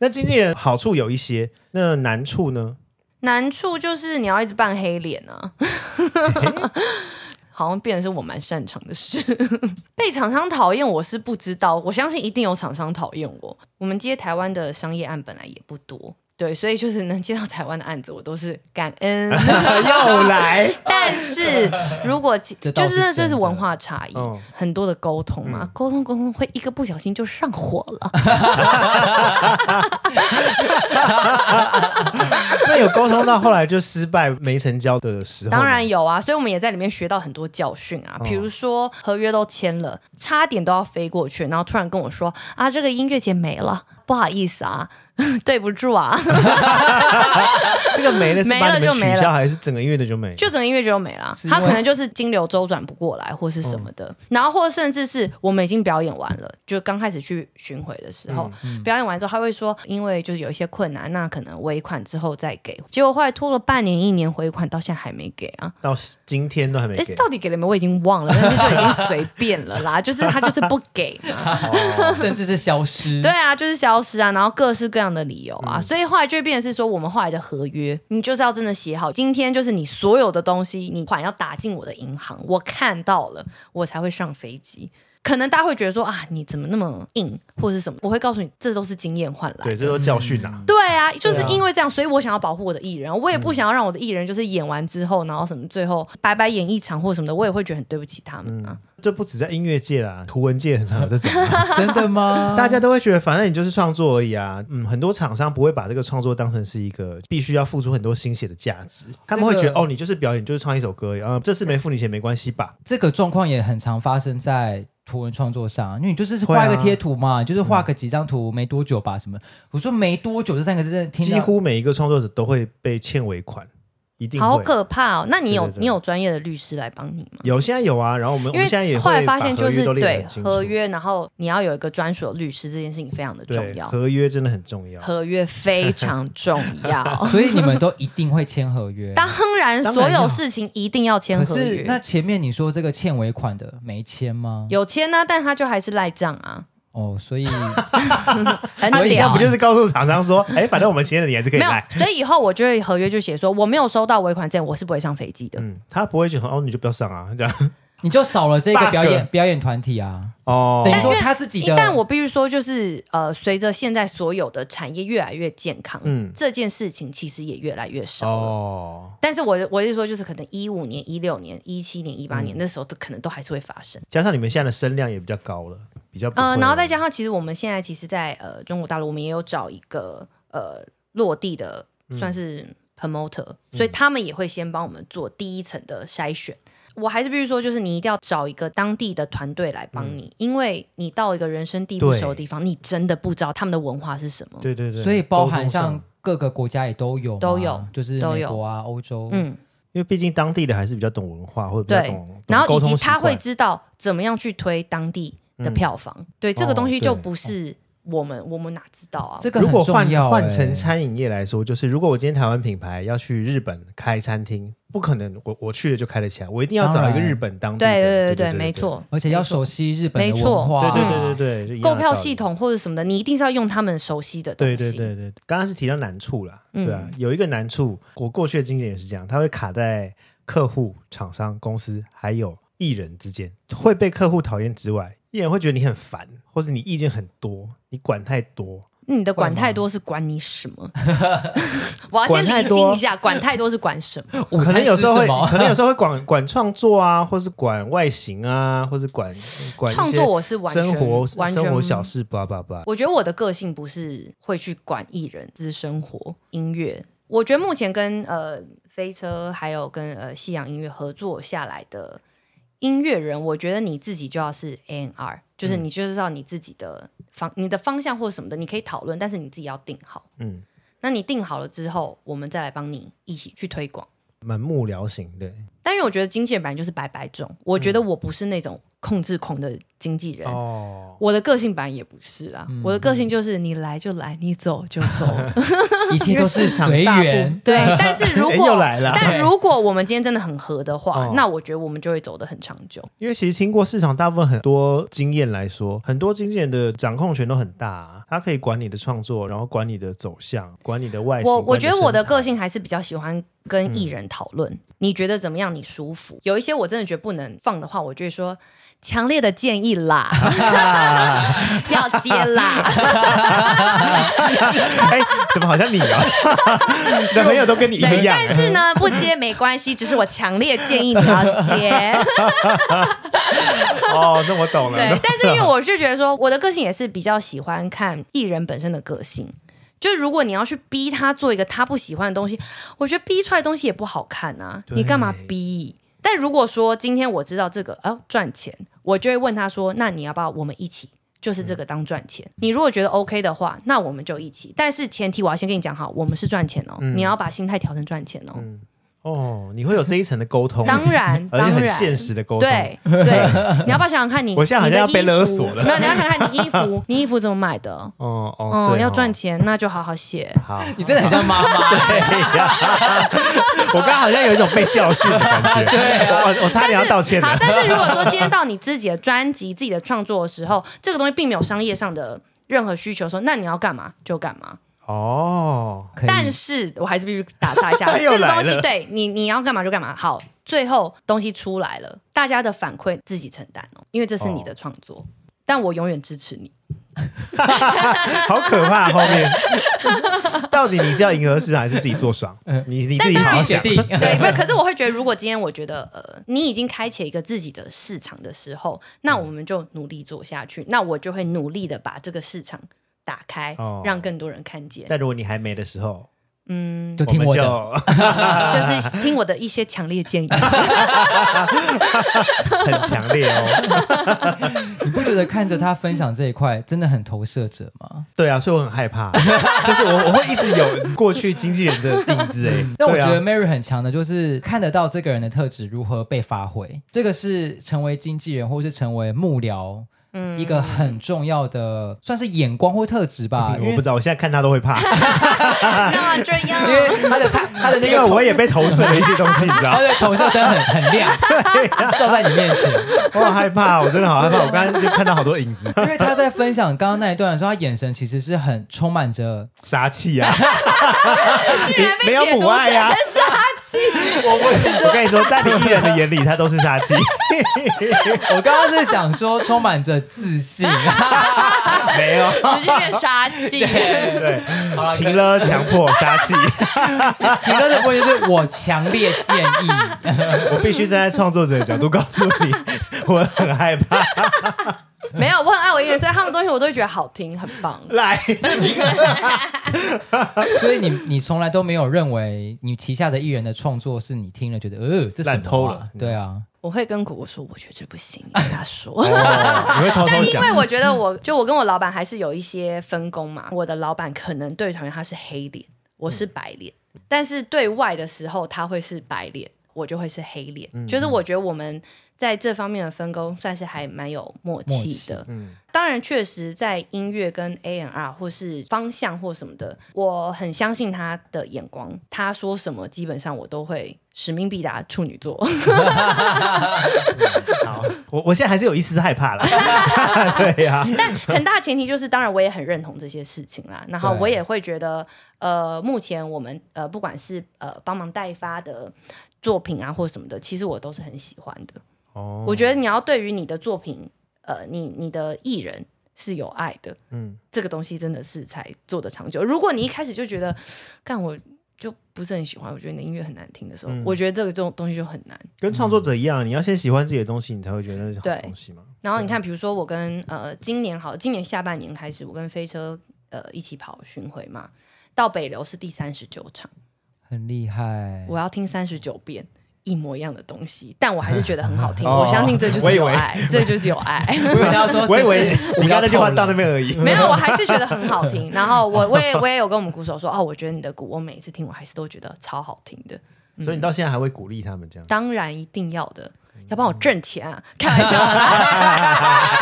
A: 那经纪人好处有一些，那难处 呢？
C: 难处就是你要一直扮黑脸啊， 好像变成是我蛮擅长的事。 被厂商讨厌我是不知道，我相信一定有厂商讨厌我。我们接台湾的商业案本来也不多，对，所以就是能接到台湾的案子，我都是感 恩。
A: 又呃来，
C: 但是如果其
B: 这
C: 就
B: 倒是
C: 是这
B: 真
C: 是
B: 的哦嗯
C: 文化差异
A: 嗯，
C: 很多的沟通嘛，沟通沟通会一个不小心就上火了。
A: 那有沟通到后来就失败没成交的时候吗，
C: 当然有啊，所以我们也在里面学到很多教训
B: 哦
C: 啊，比如说合约都签了，差点都要飞过去，然后突然跟我说啊，这个音乐节没了，不好意思啊， 对不住啊，
A: 这个没了是
C: 没
A: 把
C: 了
A: 你们
C: 就没
A: 取
C: 了
A: 消，还是整个音乐的就没？
C: 就整个音乐节都没了
B: 是，因
C: 他
B: 为哦
C: 可能就是金流周转不过来或是什么的，然后或甚至是我们已经表演完了，就刚开始去巡回的时候，
B: 嗯
C: 表演完之后他会说，因为就是有一些困难，那可能尾款之后再给，结果后来拖了半年一年回款，到现在还没给啊，
A: 到今天都还没
C: 哎、
A: 给。
C: 到底给了没？我已经忘了，但是就已经随便了啦，就是他就是不给嘛，
B: 甚至是消失。
C: 对啊，就是消失啊，然后各式各样的理由啊，所以后来就会变成是说，我们后来的合约，你就是要真的写好，今天就是你所有的东西，你款要打进我的银行，我看到了，我才会上飞机。可能大家会觉得说啊，你怎么那么硬，或者是什么？我会告诉你，这都是经验换来
A: 对，
C: 的。
A: 这都教训啊。
C: 对啊，就是因为这样，所以我想要保护我的艺人，我也不想要让我的艺人就是演完之后，然后什么最后白白演一场或什么的，我也会觉得很对不起他们啊。
A: 这不止在音乐界啦，图文界很 常有这种。
C: 啊
B: 真的 吗？
A: 大家都会觉得，反正你就是创作而已啊。嗯，很多厂商不会把这个创作当成是一个必须要付出很多心血的价值，他们会觉得、
B: 这个
A: 哦，你就是表演，你就是唱一首歌而已，啊、这次没付你钱没关系吧？
B: 这个状况也很常发生在图文创作上，因为你就是画一个贴图嘛，你就是画个几张图，没多久吧，什么？我说没多久这三个字真的听到
A: 几乎每一个创作者都会被欠尾款，一定会。
C: 好可怕哦！那你有
A: 对对对
C: 你有专业的律师来帮你吗？
A: 有现在有啊，然后我们我
C: 因
A: 们现在也
C: 为
A: 会
C: 后来发现就
A: 把合
C: 是
A: 约都列得
C: 对
A: 很清楚
C: 合约，然后你要有一个专属的律师，这件事情非常的重
A: 对
C: 要，
A: 合约真的很重要。
C: 合约非常重 要。
B: 所以你们都一定会签合约。
C: 当然，
A: 当然
C: 所有
A: 要
C: 事情一定要签
B: 可
C: 合
B: 是那
C: 约，
B: 前面你说这个欠尾款的没签吗？
C: 有签呢、但他就还是赖账啊，
B: 哦，所以
C: 很
B: 所以
A: 啊你这
B: 这
A: 样
C: 屌欸
A: 不。就是告诉厂商 说，哎，反正我们签了，你还是可以
C: 没有
A: 来，。
C: 所以以后我就会合约就写说，我没有收到尾款之前，我是不会上飞机的。
A: 嗯，他不会觉得哦，你就不要上啊，这样
B: 你就少了这个表演
A: Bug
B: 表演团体啊，
A: 哦。
B: 等于
C: 但因
B: 说
C: 为
B: 他自己的。
C: 但我必须说，就是呃，随着现在所有的产业越来越健康，
A: 嗯
C: 这件事情其实也越来越少了。
A: 哦，
C: 但是我我是说，就是可能一五年、一六年、一七年、一八
A: 嗯
C: 年、那时候，都可能都还是会发生。
A: 加上你们现在的声量也比较高了，比较不
C: 呃，
A: 会啊
C: 然后再加上，其实我们现在其实在，呃中国大陆，我们也有找一个呃落地的，
A: 嗯
C: 算是 promoter，、所以他们也会先帮我们做第一层的筛选。我还是必须说，就是你一定要找一个当地的团队来帮你，因为你到一个人生地不
A: 嗯对
C: 熟的地方，你真的不知道他们的文化是什么。
A: 对对对，
B: 所以包含
A: 沟通上
B: 像各个国家也都有嘛，
C: 都有
B: 就是
C: 都
B: 美
C: 有
B: 国啊、欧洲，嗯，
C: 嗯，
A: 因为毕竟当地的还是比较懂文化，或者比较
C: 对
A: 懂，，
C: 然后以
A: 懂
C: 及
A: 沟通习
C: 他
A: 惯嗯
C: 会知道怎么样去推当地的票房，对这个
A: 哦
C: 东西就
A: 对哦
C: 不是我们我们哪知道啊？
B: 这个
A: 如
B: 很
A: 果换
B: 重要、欸。
A: 换成餐饮业来说，就是如果我今天台湾品牌要去日本开餐厅，不可能我我去了就开得起来，我一定要找一
B: 当
A: 个
B: 然
A: 日本当地的。
C: 对
A: 对
C: 对对，没。错。
B: 而且要熟悉日本的
C: 没错
B: 文化，
A: 对对对对
B: 嗯
A: 对，就一样
C: 购
A: 的
C: 票
A: 道理
C: 系。统或者什么的，你一定是要用他们熟悉的东
A: 对
C: 西。嗯
A: 对对对，刚刚是提到难处啦，对啊，有一个难处，我过去的经验也是这样，它会卡在客户、厂商、公司还有艺人之间，会被客户讨厌之外，艺人会觉得你很烦，或者你意见很多，你管太多，
C: 你的管
B: 会吗
C: 太多是管你什么？ 我要
A: 管
C: 先
A: 太
C: 理
A: 多
C: 清一下，管太多是管什么？
B: 午
A: 可能
B: 餐
A: 有
B: 吃
A: 时候
B: 什
A: 会，
B: 么？
A: 可能有时候会管管创作啊，或是管外形啊，或是管管一
C: 创
A: 些
C: 作我是完全
A: 生活
C: 完全
A: 生活小事，blah blah blah。
C: 我觉得我的个性不是会去管艺人、私生活、音乐。我觉得目前跟呃飞车还有跟呃西洋音乐合作下来的音乐人，我觉得你自己就要是 A N R，就是你就知道你自己的方、你的方向或什么的，你可以讨论，但是你自己要定好。
A: 嗯，
C: 那你定好了之后，我们再来帮你一起去推广。
A: 蛮幕僚型的，
C: 但因为我觉得经纪人本来就是百百种，我觉得我不是那种控制狂的经纪人，
A: 哦，
C: 我的个性本来也不是啊，
A: 嗯
C: 我的个性就是你来就来，你走就 走，
B: 一切都是随
C: 大部分
B: 缘。
C: 对，但是 如
A: 哎又
C: 果
A: 来了
B: 对
C: 但如果我们今天真的很合的话
A: 哦，
C: 那我觉得我们就会走得很长久。
A: 因为其实听过市场大部分很多经验来说，很多经纪人的掌控权都很大、啊，他可以管你的创作，然后管你的走向，管你的外形。
C: 我我
A: 管你
C: 觉得我的
A: 身材嗯
C: 个性还是比较喜欢跟艺人讨论，你觉得怎么样？你舒服？有一些我真的觉得不能放的话，我就会说强烈的建议 啦，要接啦，
A: 哎、怎么好像你 啊？你的朋友都跟你一
C: 对，
A: 样啊
C: 但，是呢不接没关系，只是我强烈建议你要接。
A: 哦，那我懂了。
C: 对，但是因为我是觉得说，我的个性也是比较喜欢看艺人本身的个性。就如果你要去逼他做一个他不喜欢的东西，我觉得逼出来的东西也不好看啊，
A: 对
C: 你干嘛逼？但如果说今天我知道这个哦赚钱，我就会问他说：“那你要不要我们一起？”就是这个当赚钱，你如果觉得 OK 的话，那我们就一起。但是前提我要先跟你讲好，我们是赚钱哦，
A: 嗯
C: 你要把心态调成赚钱哦。
A: 哦，你会有这一层的沟通，
C: 当然，
A: 嗯 而且
C: 当
A: 很
C: 然，
A: 现实的沟通。
C: 对对，你要不要想想看你？
A: 我现在好像要被勒索了
C: 你的衣服没有，你要想想看你衣服，你衣服怎么买的？
A: 哦哦，
C: 哦，
A: 对
C: 要
A: 哦
C: 赚钱，那就好好写。
A: 好。
B: 你真的很像妈妈，
A: 哦我刚刚好像有一种被教训的感觉， 对、
C: 啊
A: 我我差点要道歉
C: 好
A: 了，。
C: 但是如果说今天到你自己的专辑、自己的创作的 时候，这个东西并没有商业上的任何需求的时候，说那你要干嘛就干嘛。
A: 哦，
B: 可以
C: 但是我还是必须打岔一 下，
A: 又
C: 这个
A: 来
C: 东
A: 了
C: 西对你你要干嘛就干嘛。好，最后东西出来了，大家的反馈自己承担哦，因为这是你的创作。但我永远支持你。
A: 好可怕！后 面到底你是要迎合市场，还是自己做爽？你你自己好好
B: 自己决
A: 想。
B: 定。
C: 对，不是，可是我会觉得，如果今天我觉得呃，你已经开启一个自己的市场的时候，那
A: 嗯
C: 我们就努力做下去，那我就会努力的把这个市场打开，
A: 哦
C: 让更多人看见。
A: 但如果你还没的时候，
C: 嗯，
B: 就
A: 我
B: 听
A: 们
B: 我
A: 就
B: 的。
C: 就是听我的一些强烈 建议。
A: 很强烈 哦。
B: 你不觉得看着他分享这一块真的很投射者吗？
A: 对啊，所以我很害怕，就是我我会一直有过去经纪人的影子 哎。
B: 但我
A: 对啊
B: 觉得 Mary 很强的，就是看得到这个人的特质如何被发挥，这个是成为经纪人或是成为幕僚。一个很重要的，算是眼光或特质吧，因
A: 嗯我
B: 为
A: 不知道，我现在看他都会怕，
C: 那这
B: 因为
C: 样，
B: 他的他他的那
A: 因
B: 个
A: 为我也被投射了一些东西，你知道
B: 他。的投射灯很很亮，
A: 啊
B: 照在你面前。
A: 我好害怕，我真的好害怕，我刚刚就看到好多影子，
B: 因为他在分享刚刚那一段的时候，他眼神其实是很充满着，
A: 杀气啊！
C: 居然
A: 没
C: 被
A: 有
C: 解读
A: 母
C: 成
A: 爱啊
C: 杀气，
A: 我我我跟你说，在你艺人的眼里，他都是杀 气，
B: 我刚刚是想说充满着自信。啊
A: 没有。
C: 直接变杀 气。
A: 对，
B: 好啦
A: 情勒、强迫、杀气，
B: 其他的部分就是我强烈建议，
A: 我必须站在创作者的角度告诉你，我很害怕。
C: 没有，我很爱我艺人，所以他们东西我都会觉得好听，很 棒。
A: 来，
B: 所以你你从来都没有认为你旗下的艺人的创作是你听了觉得呃这什么啊
A: 烂透了嗯
B: 对啊，
C: 我会跟果果说，我觉得这不行，你跟他说。
A: 哦你会偷偷
C: 但因
A: 讲
C: 为我觉得我，就我跟我老板还是有一些分工嘛。我的老板可能对团员他是黑脸，我是白脸，
A: 嗯嗯
C: 但是对外的时候他会是白脸，我就会是黑脸。就是我觉得我们在这方面的分工算是还蛮有默
B: 默
C: 契
B: 契
C: 的。
A: 嗯
C: 当然，确实在音乐跟 A N R 或是方向或什么的，我很相信他的眼光。他说什么，基本上我都会使命必达，处女座。
A: 好， 我我现在还是有一丝害怕了。 对呀、
C: 但 很大前提就是，当然我也很认同这些事情啦。然后
B: 对
C: 我也会觉得，呃，目前我们呃，不管是呃帮忙代发的作品啊，或什么的，其实我都是很喜欢的。
A: 哦，
C: 我觉得你要对于你的作品，呃，你你的艺人是有爱的，
A: 嗯，
C: 这个东西真的是才做得长久。如果你一开始就觉得，干我就不是很喜欢，我觉得你的音乐很难听的时
A: 嗯
C: 候，我觉得这个这种东西就很难。
A: 跟创作者一样，你要先喜欢自己的东西，你才会觉得那是好
C: 对啊
A: 东西嘛。
C: 然后你看，比如说我跟呃今年好，今年下半年开始，我跟飞车呃一起跑巡回嘛，到北流是第三十九场，
B: 很厉害。
C: 我要听三十九遍。一模一样的东西，但我还是觉得很好 听。
A: 哦
C: 我相信这就
A: 我
C: 是
A: 以
C: 有
A: 为
C: 爱，这就是有 爱。
B: 我以为他说，
A: 我以为
B: 这是
A: 我们刚才那句话
B: 比较透露嗯
A: 到那边而已。
C: 没有，我还是觉得很好听。然后我我也我也有跟我们鼓手说，哦，我觉得你的鼓，我每一次听我还是都觉得超好听的。
A: 所以你到现在还会鼓励他们这 样？
C: 当然一定要的，要帮我挣钱啊！开玩笑的啦，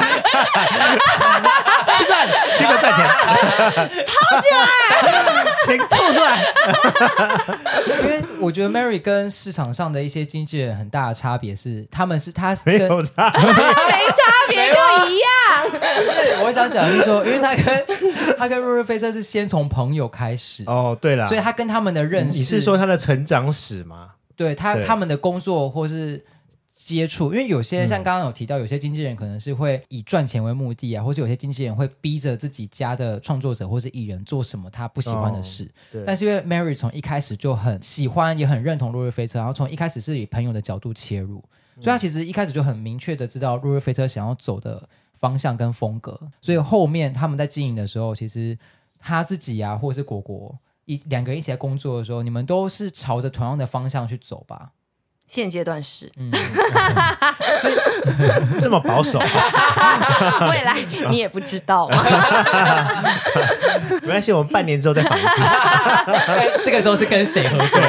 A: 去赚，去给我赚钱，掏 起来，钱吐出来。
B: 因为我觉得 Mary 跟市场上的一些经纪人很大的差别是，他们是他
A: 没
B: 跟
A: 有差，
C: 没啊差别就一样。
B: 对， 我想讲的是说，因为他跟他跟瑞瑞菲车是先从朋友开始，
A: 哦，对啦，
B: 所以他跟他们的认识，
A: 你是说他的成长史吗？
B: 对他
A: 对
B: 他们的工作或是接触，因为有些像刚刚有提到，有些经纪人可能是会以赚钱为目的啊，或是有些经纪人会逼着自己家的创作者或是艺人做什么他不喜欢的事。
A: 对
B: 但是因为 Mary 从一开始就很喜欢，也很认同落日飞车，然后从一开始是以朋友的角度切入，所以他其实一开始就很明确的知道落日飞车想要走的方向跟风格，所以后面他们在经营的时候，其实他自己啊，或者是果果一两个人一起来工作的时候，你们都是朝着同样的方向去走吧？
C: 现阶段是
A: 这么保守，
C: 未来你也不知道嘛，
A: 没关系，我们半年之后再访一 次。
B: 这个时候是跟谁合 作？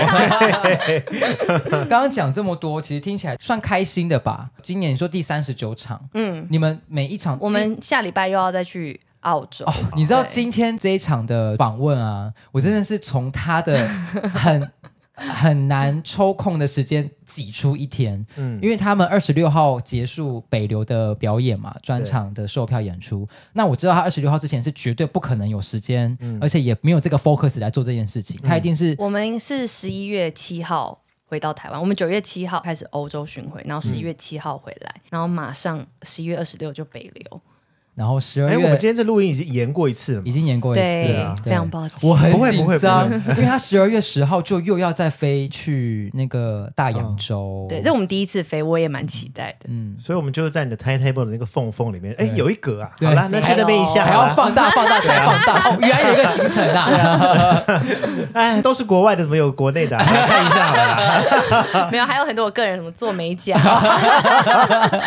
B: 刚刚讲这么多，其实听起来算开心的吧？今年你说第三十九场，嗯，你们每一场
C: 我们下礼拜又要再去澳洲。
B: 哦
A: 哦
B: 你知道
C: 对
B: 今天这一场的访问啊，我真的是从他的
A: 嗯
B: 很很难抽空的时间挤出一天，嗯，因为他们二十六号结束北流的表演嘛，专场的售票演出。那我知道他二十六号之前是绝对不可能有时间，
A: 嗯
B: 而且也没有这个 focus 来做这件事情，他一定是
C: 我们是十一月七号回到台湾，我们九月七号开始欧洲巡回，然后十一月七号回来，然后马上十一月二十六就北流。
B: 然后十二
A: 哎，我
B: 月
A: 们今天这录音已经延过一次了嘛
B: 已？经演过一次
C: 啊对
B: 了，
C: 非常抱歉
B: 我很
A: 不会不
B: 紧
A: 会
B: 张，
A: 不
B: 因为他十二月十号就又要再飞去那个大
A: 嗯
B: 洋洲，
C: 对，这我们第一次飞，我也蛮期待的。
B: 嗯。
A: 所以我们就是在你的 timetable 的那个缝缝里面，哎，
B: 对
A: 有一格啊。
B: 对
A: 好啦，那去那边一下
B: 还
A: 好
B: 要
A: 啦。
B: 放大放大再放大， 哦，原来有一个行程 啊！
A: 哎，都是国外的，怎么有国内 的啊？看一下好了啦。
C: 没有，还有很多我个人什么做美甲、啊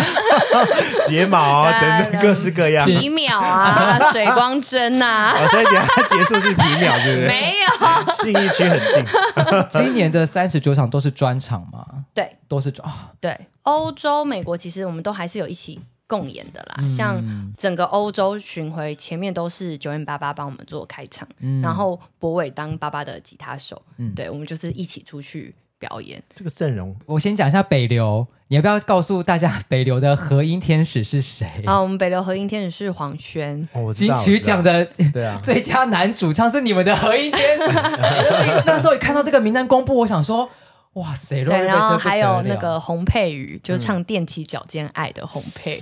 A: 睫毛 啊
C: 对啊
A: 等等各式各样。
C: 皮秒 啊、水光针啊，
A: 哦所以等一下结束是皮秒，是不 是？
C: 没有。
A: 信义区很近，
B: 今年的三十九场都是专场嘛，
C: 对
B: 都是专啊，
C: 对，欧洲、美国其实我们都还是有一起共演的
B: 嗯
C: 啦。像整个欧洲巡回，前面都是九点八八帮我们做开场，
B: 嗯
C: 然后博伟当爸爸的吉他手，对我们就是一起出去表演。
A: 这个阵容
B: 我先讲一下北流，你要不要告诉大家北流的和音天使是谁？
C: 啊，我们北流和音天使是黄轩，
A: 哦，我知
B: 金
A: 道。
B: 曲奖
A: 的
B: 的，
A: 对啊
B: 最佳男主唱是你们的和音天 使。那时候一看到这个名单公布，我想说，哇塞，
C: 对，然后还有那
B: Royal Baker
C: 个洪佩瑜，就唱《踮起脚尖爱》的洪
B: 不
C: 佩
B: 得了
C: 瑜。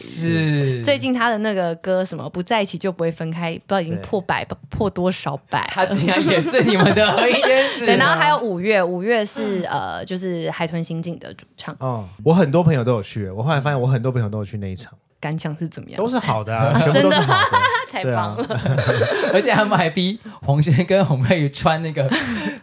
B: 嗯是
C: 最近他的那个歌什么不在一起就不会分开，不知道已经
A: 对
C: 破百破多少百了，
B: 他竟然也是啊你们的和音天使，
C: 对，然后还有五月，五月是呃，就是海豚刑警的主唱，
A: 哦，我很多朋友都有去，我后来发现我很多朋友都有去那一场，感
C: 感想是怎么样？
A: 都是好的 啊，全部
C: 真
A: 都
C: 的
A: 是好的。
C: 太
A: 对啊
C: 棒了！
B: 而且他们还逼黄轩跟洪佩瑜穿那个，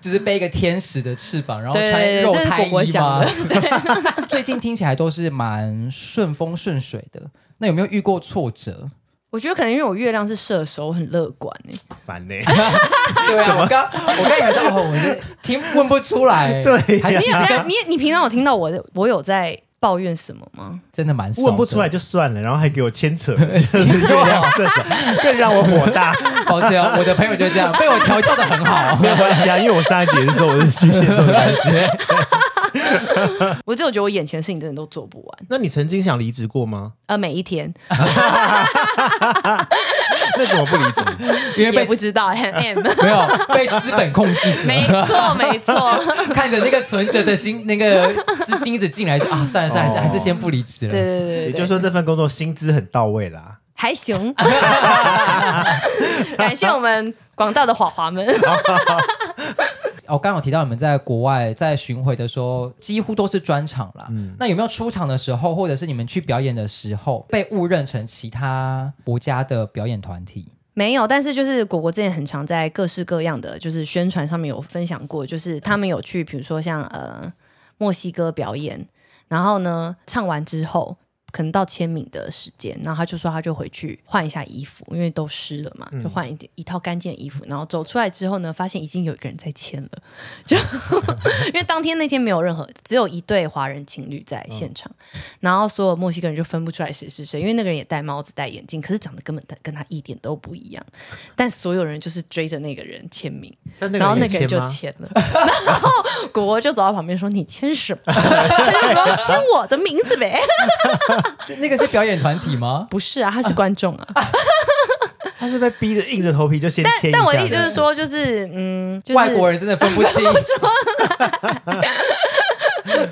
B: 就是背一个天使的翅膀，然后
C: 对
B: 穿
C: 对对
B: 肉
C: 这是
B: 胎
C: 果果
B: 衣
C: 想
B: 吗
C: 的？
B: 最近听起来都是蛮顺风顺水的。那有没有遇过 挫折？
C: 我觉得可能因为我月亮是射手，我很乐观哎、
A: 烦 呢、
B: 对啊，我刚我刚以为是哦，我是听问不出来，
A: 对呀
B: 还是
C: 你啊
B: 其
C: 有
B: 实
C: 在
B: 跟
C: 你你平常有听到我的我有在抱怨什么吗？
B: 真的蛮少的
A: 问不出来，就算了，然后还给我牵扯， 就是又让顺手，更让我火 大。
B: 抱歉哦，我的朋友就这样被我调教的很好。
A: 没有关系啊，因为我上一集也是说我是巨蟹座的关系。
C: 我真的觉得我眼前的事情真的都做不完，
A: 那你曾经想离职过吗？
C: 呃，每一天
A: 那怎么不离职？
B: 因为
C: 也
B: 被
C: 不 知道 M，
B: 没有被资本控制住，
C: 哎没错没错，
B: 看着那个存折的新那个资金一直进来，就啊，算了算了，
A: 哦
B: 还是先不离职
C: 对
B: 了。
C: 对对
A: 也
C: 对
A: 就是
C: 对，
A: 说这份工作薪资很到位啦。
C: 还行。 感谢我们广大的华华们，
B: 哦，刚刚有提到你们在国外在巡回的时候，几乎都是专场啦。那有没有出场的时候，或者是你们去表演的时候，被误认成其他国家的表演团体？
C: 没有，但是就是果果之前很常在各式各样的就是宣传上面有分享过，就是他们有去，比如说像呃墨西哥表演，然后呢唱完之后。可能到签名的时间，然后他就说他就回去换一下衣服，因为都湿了嘛，就换一件一套干净的衣服。然后走出来之后呢，发现已经有一个人在签了，就 因为当天那天没有任何，只有一对华人情侣在现场，然后所有墨西哥人就分不出来谁是谁，因为那个人也戴帽子、戴眼镜，可是长得根本跟他一点都不一样。但所有人就是追着那个人签名，
A: 但
C: 然后那个人
A: 人
C: 就签了，然后果果就走到旁边说：“你签什么？” 他就说：“签我的名字呗。
B: 这那个是表演团体”吗？
C: 不是啊，他是观众 啊。
A: 他是被逼着硬着头皮就先签一下。
C: 但我的意思就是说，就是嗯， 就是
B: 外国人真的分不 清，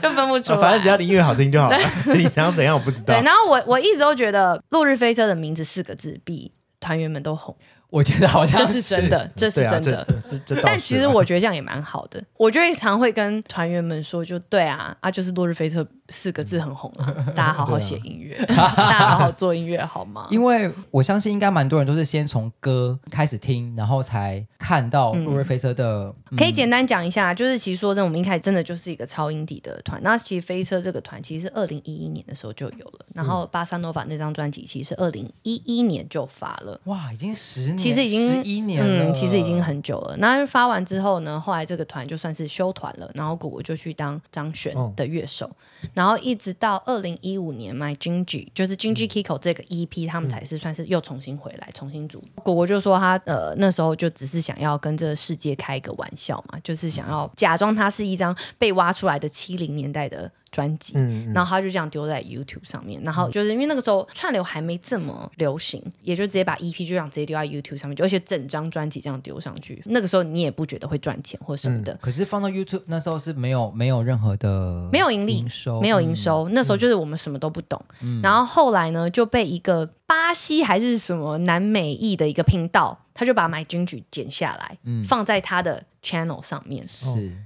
C: 就分不出
A: 对不对，
C: 来。
A: 啊反正只要你音乐好听就好了。 你想要怎样我不知道
C: 对，。然后我我一直都觉得“落日飞车”的名字四个字比团员们都红，
B: 我觉得好像
C: 这是真。的，这是
A: 对啊
C: 真的。，
A: 这这这倒
C: 但
A: 是啊
C: 其实我觉得这样也蛮好的。我就会常会跟团员们说，就对啊，啊，就是“落日飞车”四个字很红啊，大家好好写音乐， 大家好好做音乐好吗？
B: 因为我相信，应该蛮多人都是先从歌开始听，然后才看到《落日飞车》的。嗯
C: 可以简单讲一下，就是其实说真的，我们一开始真的就是一个超英底的团。那其实飞车这个团其实是二零一一年的时候就有了，然后巴萨诺瓦那张专辑其实是二零一一年就发了。
B: 哇，已经十年，
C: 其实已经
B: 十一年了，
C: 嗯，其实已经很久了。那发完之后呢，后来这个团就算是休团了，然后果果就去当张悬
B: 哦
C: 的乐手，然后一直到二零一五年，My Gingy 就是 Gingy Kiko 这个 EP，他们才是算是又重新回来，重新组。果果就说他呃那时候就只是想要跟这个世界开一个玩笑嘛，就是想要假装它是一张被挖出来的七零年代的专辑，
A: 嗯
C: 然后他就这样丢在 YouTube 上面，然后就是因为那个时候串流还没这么流行，也就直接把 EP 就这样直接丢在 YouTube 上面，就而且整张专辑这样丢上去，那个时候你也不觉得会赚钱或什么的，
B: 可是放到 YouTube 那时候是没有没有任何的
C: 没有盈利，
B: 营收，
C: 没有营收。那时候就是我们什么都不懂，然后后来呢就被一个巴西还是什么南美裔的一个频道，他就把买金曲剪下来，放在他的 channel 上面。
B: 是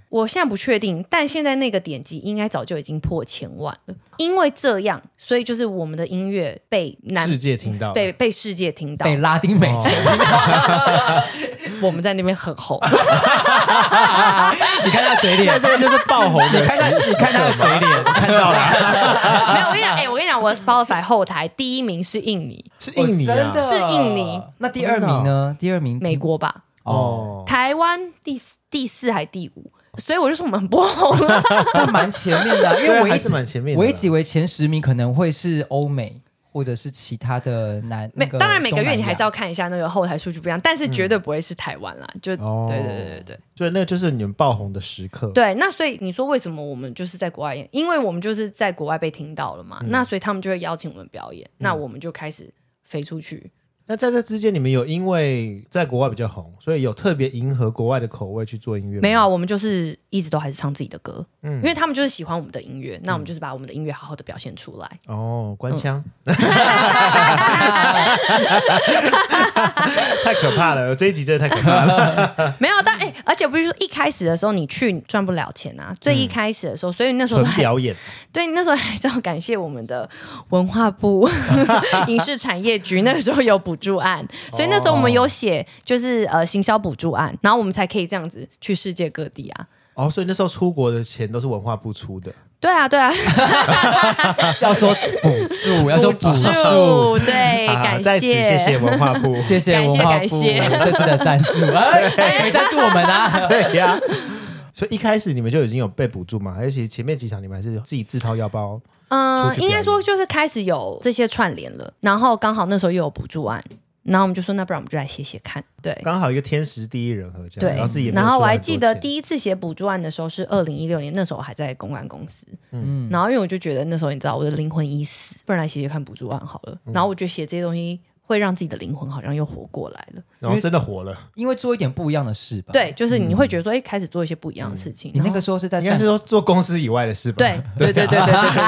C: 我现在不确定，但现在那个点击应该早就已经破千万了。因为这样，所以就是我们的音乐被南
A: 世界听到，
C: 被被世界听到，
B: 被拉丁美洲。
A: 哦
C: 我们在那边很红。
B: 你看他嘴
A: 现在
B: 脸，
A: 这个就是爆红的，
B: 你看他，你看他的嘴脸，
A: 看到了，
C: 没有，我跟你讲，哎、我跟你讲，我的 Spotify 后台第一名是印尼、
B: 嗯
A: 是印尼啊
B: 真的，
C: 是印尼。
B: 那第二名呢？第二名
C: 美国吧，
B: 哦，
A: 哦，
C: 台湾第四第四还第五，所以我就说我们很不红了。
B: 但蛮前面 的啊，因为
A: 对
B: 我
A: 还
B: 一
A: 是
B: 直
A: 蛮前面的
B: 我一直以为前十名可能会是欧美或者是其他的南，
C: 每
B: 那个嗯
C: 当然每个
B: 东南
C: 月你
B: 亚
C: 还是要看一下那个后台数据不一样，但是绝对不会是台湾啦。就对
A: 哦
C: 对对对对
A: 所以那个就是你们爆红的时刻。
C: 对。那所以你说为什么我们就是在国外演？因为我们就是在国外被听到了嘛，
B: 嗯
C: 那所以他们就会邀请我们表演，那我们就开始飞出去。
A: 那在这之间，你们有因为在国外比较红，所以有特别迎合国外的口味去做音乐吗嗯
C: 没有，啊，我们就是一直都还是唱自己的歌，因为他们就是喜欢我们的音乐，那我们就是把我们的音乐好好的表现出来。
A: 哦，
C: 嗯
A: 官 腔，太可怕了！这一集真的太可怕 了。
C: 没有，但哎、而且不是说一开始的时候你去赚不了钱啊，最一开始的时候，所以那时候
A: 纯
C: 还
A: 表演，
C: 对，那时候还是要感谢我们的文 化部影视产业局，那个时候有补助案，所以那时候我们有写就是呃行销补助案，然后我们才可以这样子去世界各地啊。
A: 哦，所以那时候出国的钱都是文化部出的，
C: 对啊，对啊，
B: 要说补助， 要说补助，
C: 助对，
A: 啊
C: 哎感
A: 在此谢谢文化 部，
B: 谢谢
C: 感谢
B: 文化
C: 感
B: 部
C: 谢
B: 这次的赞 助，哎哎，没赞助我们啊。
A: 对呀。所以一开始你们就已经有被补助吗？而且前面几场你们还是自己自掏腰包
C: 嗯、
B: 出去表
C: 应
B: 演
C: 该说就是开始有这些串联了，然后刚好那时候又有补助案，然后我们就说那不然我们就来写写看，对。
A: 刚好一个天时地利人和这样，
C: 对
A: 然后自己也，没有
C: 然后我
A: 出
C: 还
A: 很多
C: 记得
A: 钱
C: 第一次写补助案的时候是二零一六年，那时候我还在公关公司，嗯，然后因为我就觉得那时候你知道我的灵魂已死，不然来写写看补助案好了。然后我觉得写这些东西会让自己的灵魂好像又活过来了，
A: 然后真的火了，
B: 因为做一点不一样的事吧。
C: 对，，就是你会觉得说，哎，开始做一些不一样的事情。
B: 你那
C: 然
B: 个
C: 后
B: 时候是在
A: 应该
B: 站
A: 是说做公司以外的事吧？
C: 嗯对对对对对对对，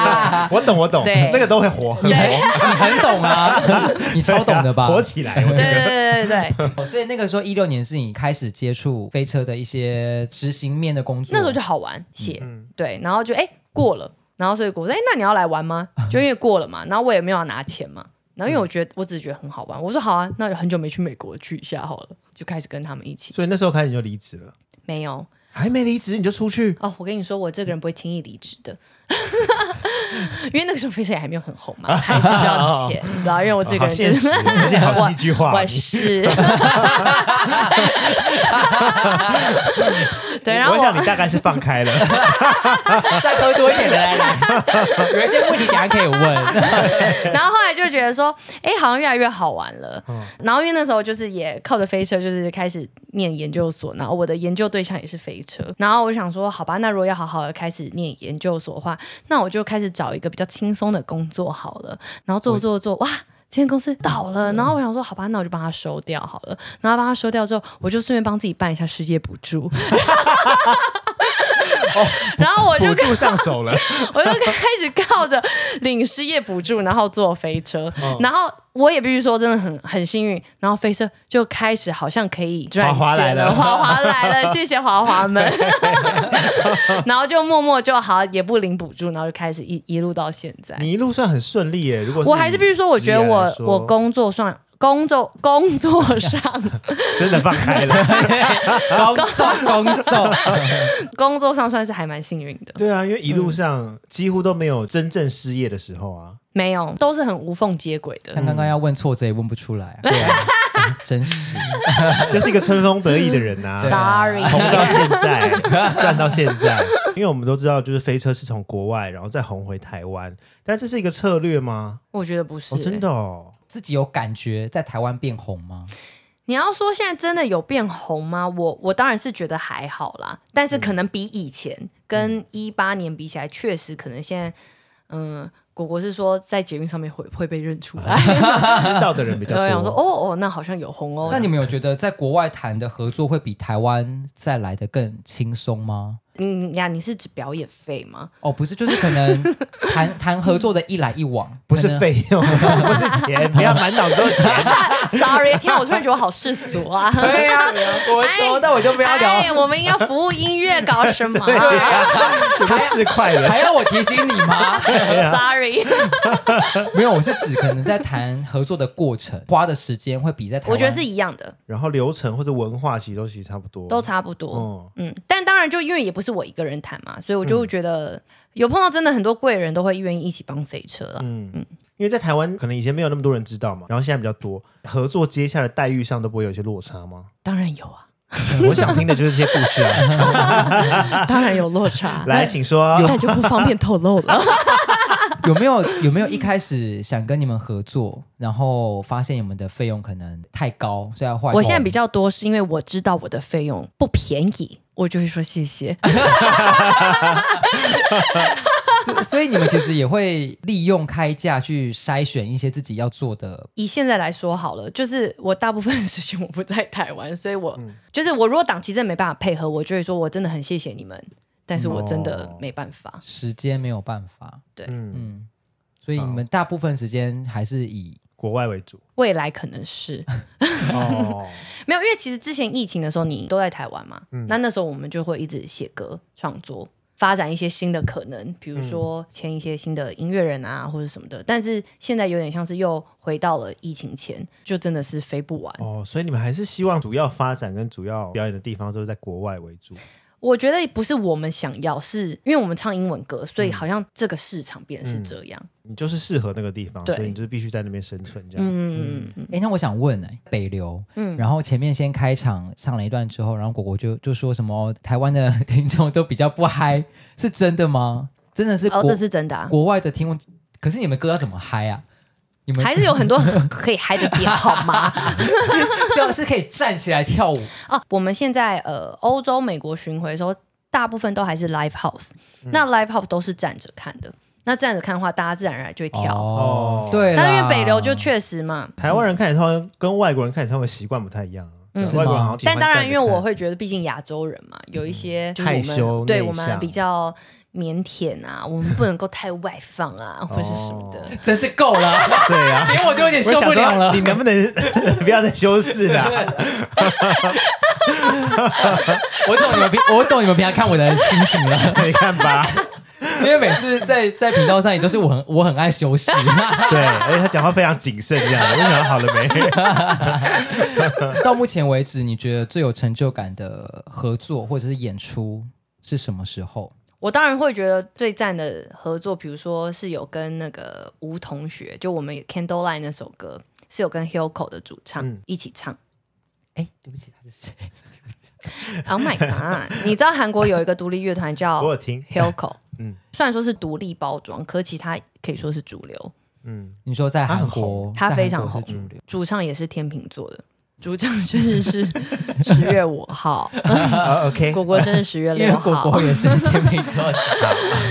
A: 我懂我懂，
C: 对
A: 那个都会火，很
B: 你 很
A: 火
C: 对，
B: 你很懂啊， 你超懂的吧？哦
A: 火起来，我
C: 对对对对对对，
B: 所以那个时候一六年是你开始接触飞车的一些执行面的工作，
C: 那时候就好玩写，
A: 嗯
C: 对，然后就哎过了，然后所以我说，哎，那你要来 玩吗？就因为过了嘛，然后我也没有要拿钱嘛，然
A: 嗯
C: 后因为我觉得我只是觉得很好玩，我说好啊，那就很久没去美国去一下好了，就开始跟他们一起，
A: 所以那时候开始就离职了，
C: 没有
A: 还没离职你就出去，
C: 哦，我跟你说，我这个人不会轻易离职的。 因为那个时候飞车也还没有很红 嘛，还是需要钱，你知道？因为我哦这
A: 啊哦
C: 个
A: 好
C: 人
A: 现
C: 就
A: 实，
C: 是
A: 而且好戏剧化，
C: 我
A: 你
C: 是，对，然后
A: 我想你
C: 我
A: 大概是放 开了，
B: 再喝多一点的来 来，有一些问题等下可 以问，
C: 然后后来就觉得说，哎，好像越来越好玩了。然后因为那时候就是也靠着飞车，就是开始念研究所，然后我的研究对象也是飞车，然后我想说，好吧，那如果要好好的开始念研究所的话，那我就开始找一个比较轻松的工作好了。然后做做做，哇！这间公司倒了，然后我想说，好吧，那我就帮他收掉好了。然后帮他收掉之后，我就顺便帮自己办一下世界补助， 然后我就
A: 补助上手了，
C: 我就开始靠着领失业补助，然后坐飞车，
A: 嗯
C: 然后我也必须说真的很很幸运，然后飞车就开始好像可以赚
A: 华华来
C: 钱
A: 了
C: 华华来了，谢谢华 华们，然后就默默就好，也不领补助，然后就开始一一路到现在。
A: 你一路算很顺利耶。如果
C: 我还是必须说，我觉得
A: 以职
C: 我
A: 业来说
C: 我工作上工作工作上
A: 真的放开了，
B: 工作工作，
C: 工作上算是还蛮幸运的，
A: 对啊，因为一路上几乎都没
C: 嗯
A: 有真正失业的时候啊。
C: 没有都是很无缝接轨的。
B: 像刚刚要问挫折也问不出来、啊，真是
A: 就是一个春风得意的人 呐、
B: 对啊
C: Sorry，
A: 红到现在， 赚到现在。因为我们都知道，就是飞车是从国外，然后再红回台湾，但这是一个策略吗？
C: 我觉得不是、欸
A: 哦，真的 哦，
B: 自己有感觉在台湾变红吗？
C: 你要说现在真的有变红吗？我我当然是觉得还好啦，但是
A: 嗯
C: 可能比以前跟一八年比起来，确实可能现在，嗯、果果是说在捷运上面会会被认出来，
A: 知道的人啊比较
C: 然 后
A: 多。
C: 想说哦哦，那好像有红哦。
B: 那你们有觉得在国外谈的合作会比台湾再来的更轻松吗？
C: 嗯呀，你是指表演费吗？
B: 哦，不是，就是可 能谈谈合作的一来一往，
A: 不
B: 可
A: 是
B: 能
A: 费用， 不是 钱，不要满脑子都是钱。
C: Sorry，天啊，我突然觉得我好世 俗啊！
B: 对呀、我从头到尾就不要聊，
C: 哎，我们应该服务音乐搞什么
A: 对
B: 哎
A: 啊，这都是快的。
B: 还要我提醒你吗？
A: 啊
C: ？Sorry，
B: 没有，我是指可能在谈合作的过程花的时间会比在台湾，
C: 我觉得是一样的，
A: 然后流程或者文化其实都其实差不多，
C: 都差不多。
A: 哦。
C: 嗯，但当然就因为也不是我一个人谈嘛，所以我
A: 嗯
C: 就觉得、有碰到真的很多贵人都会愿意一起帮飞车了。
A: 嗯因为在台湾可能以前没有那么多人知道嘛，然后现在比较多，合作接下来待遇上都不会有一些落差 吗？
C: 当然有啊，
A: 我想听的就是这些故事 啊，，
C: 当然有落差
A: 来，请说。
C: 但就不方便透露 了。
B: 有没有有没有一开始想跟你们合作，然后发现你们的费用可能太高，所以要换。
C: 我现在比较多是因为我知道我的费用不便宜，我就会说谢谢。
A: 嗯
B: 所以所 以你们其实也会利用开价去筛选一些自己要做的。
C: 以现在来说好了，就是我大部分的时间我不在台湾， 所以我、
A: 嗯
C: 就是我如果档期真的没办法配合，我就会说我真的很谢谢你们，但是我真的
A: 哦
C: 没办法。
B: 时间没有办法，
A: 嗯，
B: 嗯，所以你们大部分时间还是以
A: 国外为主。
C: 未来可能是。
A: 哦，
C: 没有，因为其实之前疫情的时候，你都在台湾嘛，那那时候我们就会一直写歌创作。发展一些新的可能，比如说签一些新的音乐人啊，或者什么的。但是现在有点像是又回到了疫情前，就真的是飞不完。
A: 哦，所以你们还是希望主要发展跟主要表演的地方都是在国外为主。
C: 我觉得不是我们想要，是因为我们唱英文歌，所以好像这个市场变得是这样。
A: 你就是适合那个地方，
C: 对
A: 所以你就是必须在那边生存这样。
C: 嗯嗯嗯，
B: 哎，那我想问哎、北流，嗯，然后前面先开场上了一段之 后，然后果果就就说什么台湾的听众都比较不嗨，是真的吗？真的是国、
C: 哦，这是 真的、啊，
B: 国外的听众，可是你们歌要怎么嗨啊？你们
C: 还是有很多可以嗨的点，好吗？
B: 希望是可以站起来跳舞，
C: 哦，我们现在呃，欧洲、美国巡回的时候，大部分都还是 live house，、那
A: 嗯
C: live house 都是站着看的。那站着看的话，大家自然而然就会跳。
A: 哦
B: 对啦，
C: 但因为北流就确实嘛，
A: 台湾人看演唱会跟外国人看演唱会习惯不太一样啊，
C: 嗯
A: 对
B: 是吗
A: 外国人好像喜欢
C: 但当然，因为我
A: 站着嗯
C: 会觉得，毕竟亚洲人嘛，有一些就是
A: 害
C: 我
A: 羞
C: 们对
A: 内
C: 我们
A: 向
C: 比较腼腆 啊，我们不能够太外放
A: 哦
C: 啊，或是什么的。
B: 真是够 了，
A: 看对呀、啊。
B: 连我都有点
A: 我
B: 受
A: 想
B: 不
A: 说
B: 了了
A: 你。能不能 不要再修饰了？
B: 我懂你们平，我懂你们平常看我的心情了。
A: 你看吧，
B: 因为每次在在频道上也都是我很我很爱休息，
A: 对，而且他讲话非常谨慎，这样我想好了没？
B: 到目前为止，你觉得最有成就感的合作或者是演出是什么时候？
C: 我当然会觉得最赞的合作，比如说是有跟那个吴同学，就我们 Candlelight 那首歌是有跟 Hilco 的主唱、
A: 嗯
C: 一起唱。
B: 哎，对不起，他是谁？
C: Oh my god！你知道韩国有一个独立乐团 叫
A: 我有听，
C: Hilco，
A: 嗯
C: 嗯，虽然说是独立包装，可其他可以说是主流。
A: 嗯，
B: 你说在韩
A: 他很
B: 国
A: 红，
B: 在韩国
C: 他非常红
B: 是主流。
C: 主唱也是天秤座的，主唱生日是十月五号，
A: 啊 OK，
C: 果果生日十月
B: 因为
C: 六
B: 果
C: 号
B: 果，也是 天秤座的，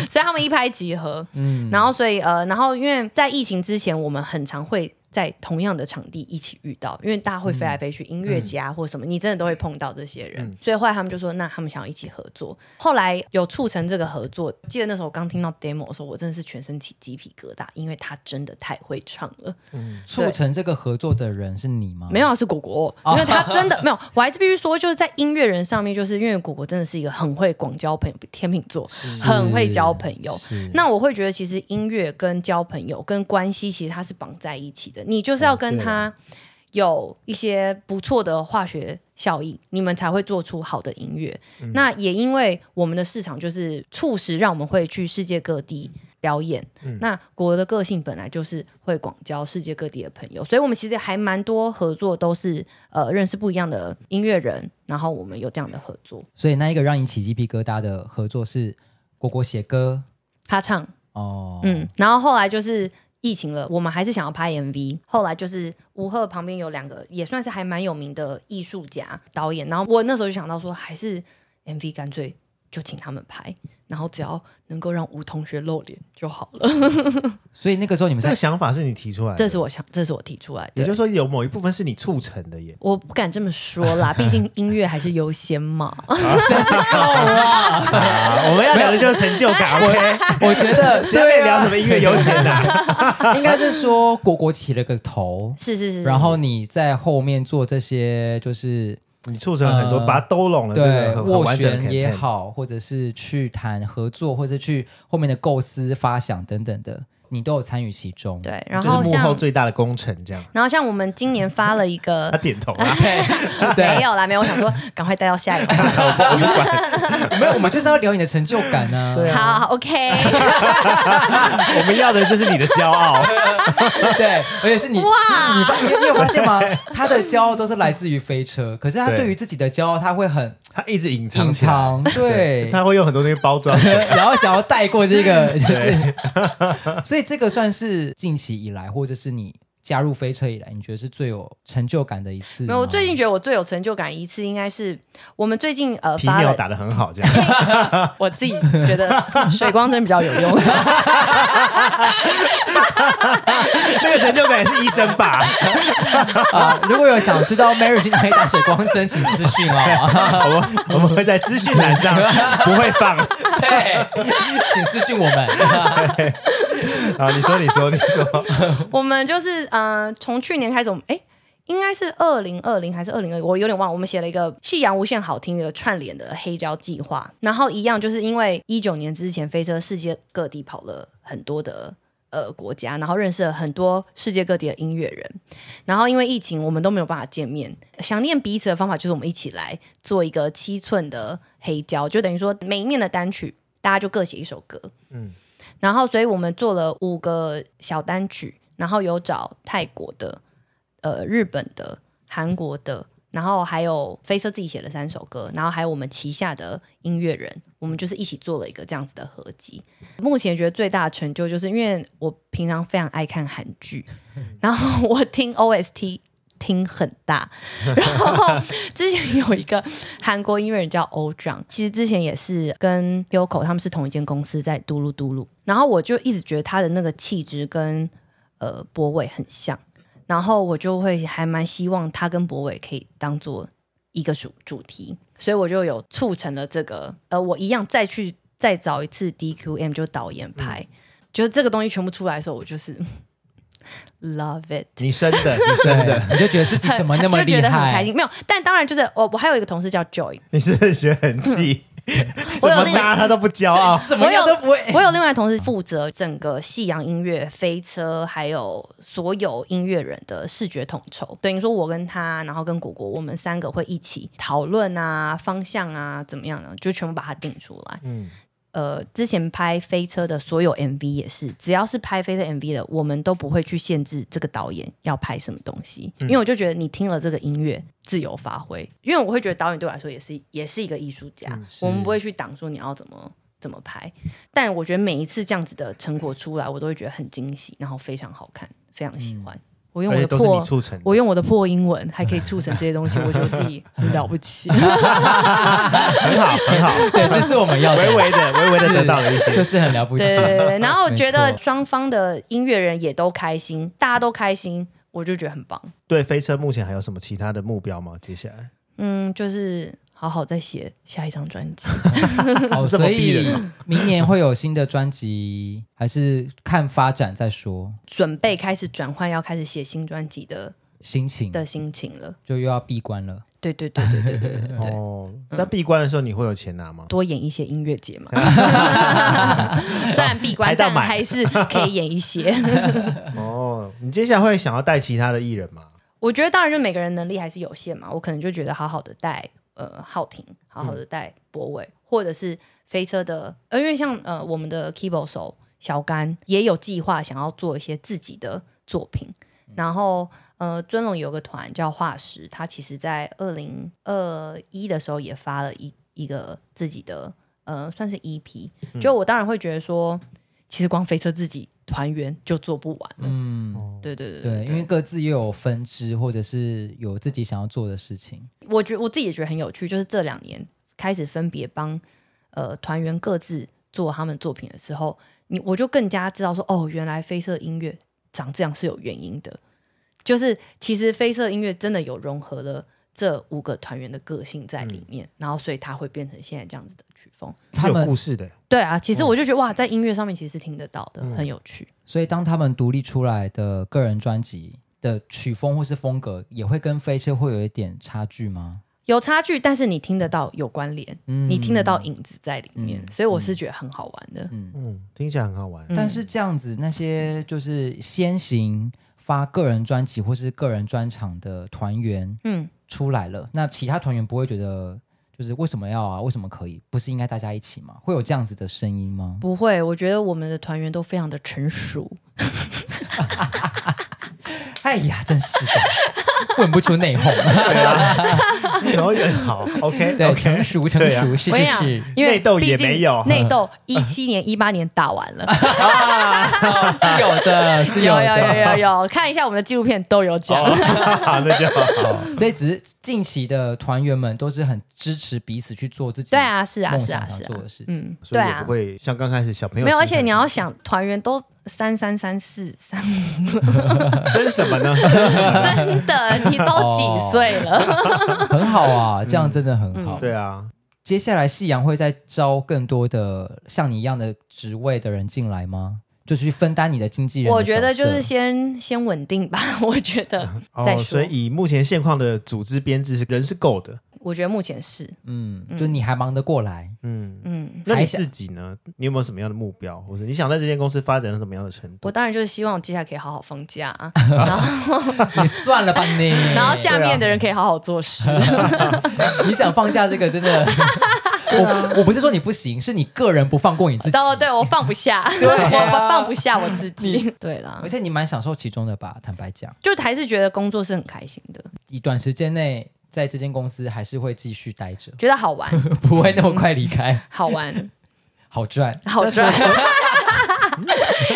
C: 所以他们一拍即合。
B: 嗯，
C: 然后所以呃，然后因为在疫情之前，我们很常会。在同样的场地一起遇到，因为大家会飞来飞去，音乐节啊或什么，你真的都会碰到这些人。
A: 嗯
C: 所以后来他们就说，那他们想要一起合作。后来有促成这个合作。记得那时候我刚听到 demo 的时候，我真的是全身起鸡皮疙瘩，因为他真的太会唱
B: 哦
C: 了。
A: 嗯
B: 促成这个合作的人是你吗？
C: 没有啊是果果，因为他真的没有，我还是必须说，就是在音乐人上面，就是因为果果真的是一个很会广交朋友，天秤座
B: 是，
C: 很会交朋友。
B: 是
C: 那我会觉得，其实音乐跟交朋友跟关系，其实它是绑在一起的。你就是要跟他有一些不错的化学效应，你们才会做出好的音乐。那也因为我们的市场就是促使让我们会去世界各地表演。那果儿的个性本来就是会广交世界各地的朋友，所以我们其实还蛮多合作都是呃认识不一样的音乐人，然后我们有这样的合作。
B: 所以那一个让你起鸡皮疙瘩的合作是果果写歌
C: 他唱，
B: 哦，
C: 嗯，然后后来就是疫情了，我们还是想要拍 MV。后来就是吴赫旁边有两个也算是还蛮有名的艺术家导演，然后我那时候就想到说，还是 MV 干脆就请他们拍，然后只要能够让吴同学露脸就好了。
B: 所以那个时候你们
A: 这
B: 在
A: 个想法是你提出来的，
C: 这是我想，这是我提出来
A: 也就是
C: 的。
A: 说有某一部分是你促成的耶。
C: 我不敢这么说 啦，毕竟音乐还是优先嘛。
B: 真是够了。
A: 啊，我们要聊的就是成就感，OK？ 啊
B: 我觉 得啊
A: 谁会聊什么音乐悠闲的？
B: 应该是说果果起了个头，
C: 是是是是
B: 然后你在后面做这些，就是
A: 你促成了很多，
B: 呃
A: 把它兜拢了，这
B: 对
A: 个很很
B: 斡
A: 完整的
B: 旋也
A: campaign。
B: 好，或者是去谈合作，或者去后面的构思、发想等等的，你都有参与其中。
C: 对，然
A: 就是
C: 后
A: 幕后
C: 像。
A: 最大的功臣，这样。
C: 然后像我们今年发了一个
A: 他点头 啊，
B: 对
C: 没
B: 对，
C: 有啦，没有，我想说赶快带到下一个。
B: 没有，我们就是要聊你的成就感 呢。
A: 对啊
C: 好好，OK，
A: 我们要的就是你的骄傲。
B: 对，而且是你，你
C: 哇
B: 发你你有发现吗？ 他的骄傲都是来自于飞车，可是他
A: 对
B: 对于自己的骄傲，他会很
A: 他一直隐藏
B: 隐
A: 起来，
B: 藏，对，
A: 他会用很多东西包装起 来。
B: 然后想要带过 这个，就是，所以这个算是近期以来，或者是你加入飞车以来，你觉得是最有成就感的一次吗？
C: 没有，我最近觉得我最有成就感一次，应该是我们最近呃
A: 皮
C: 发
A: 秒
C: 了，
A: 打的很好，这样
C: 我自己觉得水光针比较有用。
A: 那个成就感也是医生吧？
B: 啊，如果有想知道 Mary 去哪里打水光针，请私 讯哦。
A: 我们我们会在资讯栏上不会放啊。
B: 对， 请私讯我们。
A: 你说，你说，你说，
C: 我们就是呃，从去年开始，我们哎，应该是二零二零还是二零二，我有点忘了。我们写了一个《夕阳无限好听》的串联的黑胶计划，然后一样就是因为一九年之前飞车世界各地跑了很多的。呃，国家，然后认识了很多世界各地的音乐人，然后因为疫情，我们都没有办法见面，想念彼此的方法就是我们一起来做一个七寸的黑胶，就等于说每一面的单曲，大家就各写一首歌，然后所以我们做了五个小单曲，然后有找泰国的、呃日本的、韩国的，然后还有飞车自己写的三首歌，然后还有我们旗下的音乐人，我们就是一起做了一个这样子的合集。目前觉得最大的成就，就是因为我平常非常爱看韩剧，然后我听 OST 听很大，然后之前有一个韩国音乐人叫欧丈， 其实之前也是跟 Yoko 他们是同一间公司在嘟噜嘟噜，然后我就一直觉得他的那个气质跟呃博伟很像，然后我就会还蛮希望他跟博伟可以当做一个主主题，所以我就有促成了这个呃，我一样再去再找一次 DQM 就导演拍，
B: 嗯
C: 就是这个东西全部出来的时候，我就是 love it。
A: 你生的，你生的，
B: 你就觉得自己怎么那么
C: 就
B: 厉
C: 觉得很开
B: 害？
C: 心，没有，但当然就是哦我，我还有一个同事叫 Joy，
A: 你是不是觉得很气？
C: 嗯 我
A: 怎
C: 有
A: 么
C: 那个
A: 搭他都不骄傲，
B: 怎么样都不会。
C: 我有另外的同事负责整个西洋音乐、飞车，还有所有音乐人的视觉统筹。等于说，我跟他，然后跟果果，我们三个会一起讨论啊、方向啊、怎么样呢，就全部把它定出来。
A: 嗯
C: 嗯，呃，之前拍飞车的所有 MV 也是，只要是拍飞车 MV 的，我们都不会去限制这个导演要拍什么东西，
A: 嗯
C: 因为我就觉得你听了这个音乐。自由发挥，因为我会觉得导演对我来说也是也是一个艺术家，
A: 嗯
C: 我们不会去挡说你要怎么怎么拍。但我觉得每一次这样子的成果出来，我都会觉得很惊喜，然后非常好看，非常喜欢。我
A: 嗯
C: 用
A: 而
C: 我
A: 且都
C: 的
A: 是你
C: 破，
A: 促成的。
C: 我用我的破英文还可以促成这些东西，我觉得自己很了不 起。
A: 很好，很好，
B: 对，这是我们要的
A: 微微的，微微的
B: 是
A: 得到了一些。
B: 就是很了不起。
C: 对对对，然后我觉
B: 没
C: 得
B: 错
C: 双方的音乐人也都开心，大家都开心，我就觉得很棒。
A: 对飞车目前还有什么其他的目标吗？接下来
C: 嗯，就是好好再写下一张专辑。
B: 哦，
A: 这么
B: 所
A: 逼
B: 以
A: 人
B: 明年会有新的专辑，还是看发展再说。
C: 准备开始转换，要开始写新专辑的
B: 心情
C: 的心情了。
B: 就又要闭关了，
C: 对对对对对对 对对，
A: 哦，那闭关的时候你会有钱拿吗？
C: 多演一些音乐节嘛， 虽然闭
A: 还
C: 关，
A: 到
C: 但
A: 买
C: 还是可以演一些。
A: 哦，你接下来会想要带其他的艺人吗？
C: 我觉得当然就每个人能力还是有限嘛，我可能就觉得好好的带呃浩廷，好
B: 嗯
C: 好的带博伟，或者是飞车的，呃，因为像呃我们的 keyboard 手小甘也有计划想要做一些自己的作品，
B: 嗯
C: 然后呃尊龙有个团叫化石，他其实在二零二一的时候也发了一一个自己的呃算是 EP，就
B: 嗯
C: 我当然会觉得说，其实光飞车自己团员就做不完了，
B: 嗯，
C: 对对对
B: 对，因为各自又有分支，或者是有自己想要做的事情，
C: 我觉我自己也觉得很有趣，就是这两年开始分别帮呃团员各自做他们作品的时候，你我就更加知道说，哦，原来飞色音乐长这样是有原因的，就是其实飞色音乐真的有融合了。这五个团员的个性在
B: 嗯
C: 里面，然后所以它会变成现在这样子的曲风。
A: 是
B: 他
A: 有
B: 们
A: 故事的，
C: 对啊，其
B: 嗯
C: 实我就觉得、哇，在音乐上面其实是听得到的，很有趣。
B: 所以当他们独立出来的个人专辑的曲风或是风格，也会跟飞车会有一点差距吗？
C: 有差距，但是你听得到有关联，
B: 嗯
C: 你听得到影子在里面，
B: 嗯
C: 所以我是觉得很好玩的。
A: 嗯，听起来很好 玩。
B: 但是这样子，那些就是先行发个人专辑或是个人专场的团员
C: 嗯，
B: 出来了，那其他团员不会觉得就是为什么要啊？为什么可以？不是应该大家一起吗？会有这样子的声音吗？
C: 不会，我觉得我们的团员都非常的成熟。
B: 哎呀，真是的， 问不出内 讧。
A: 然后也好，OK
B: 对，
A: OK，
B: 成熟成
A: 对啊
B: 熟，是
C: 我跟
B: 是
C: 你讲
B: 是，
C: 因为
A: 内斗也
C: 毕竟
A: 没有
C: 内 斗一七年、一八年打完了，
B: 哦是 有哦的，是
C: 有有有
B: 的。
C: 有有，看一下我们的纪录片都有讲。
A: 好，啊那就好。
B: 哦所以只是近期的团员们都是很支持彼此去做自己
C: 对啊，是啊，
B: 梦
C: 是
B: 想
C: 啊，
B: 想
C: 是
B: 做
C: 啊
B: 的，事情。
C: 嗯，
A: 所
C: 对
A: 以也
C: 啊
A: 不，会像刚开始小朋友
C: 没有，而
A: 心态
C: 且你要想，团员都三三三四三，
A: 争什 么呢？争什么？
C: 真的，你都几岁了？
B: 哦很好啊，这样真的很
C: 嗯
B: 好。
A: 对啊，
B: 接下来夕阳会再招更多的像你一样的职位的人进来吗？就去分担你的经纪人的角色。
C: 我觉得就是先先稳定吧， 我觉得
B: 嗯
C: 再
A: 哦，
C: 说
A: 所。以以目前现况的组织编制是人是够的，
C: 我觉得目前是，
B: 嗯，就你还忙得过来，
A: 嗯。
C: 嗯，
A: 那
B: 还
A: 你
B: 想
A: 自己呢？你有没有什么样的目标，或者你想在这间公司发展到什么样的程度
C: 我？当然就是希望我接下来可以好好放假啊，
B: 你算了吧你。
C: 然后下
B: 啊
C: 面的人可以好好做事。
B: 你想放假这个真 的，我我不是说你不行，是你个人不放过你自己。
C: 哦对对，我放不下，我我放不下我自己。 对啦
B: 而，且你蛮享受其中的吧？坦白讲，
C: 就还是觉得工作是很开心的。
B: 以短时间内在这间公司还是会继续待着，
C: 觉得好玩，
B: 不会那么快离开，
C: 好玩，
B: 好赚。
C: 好赚。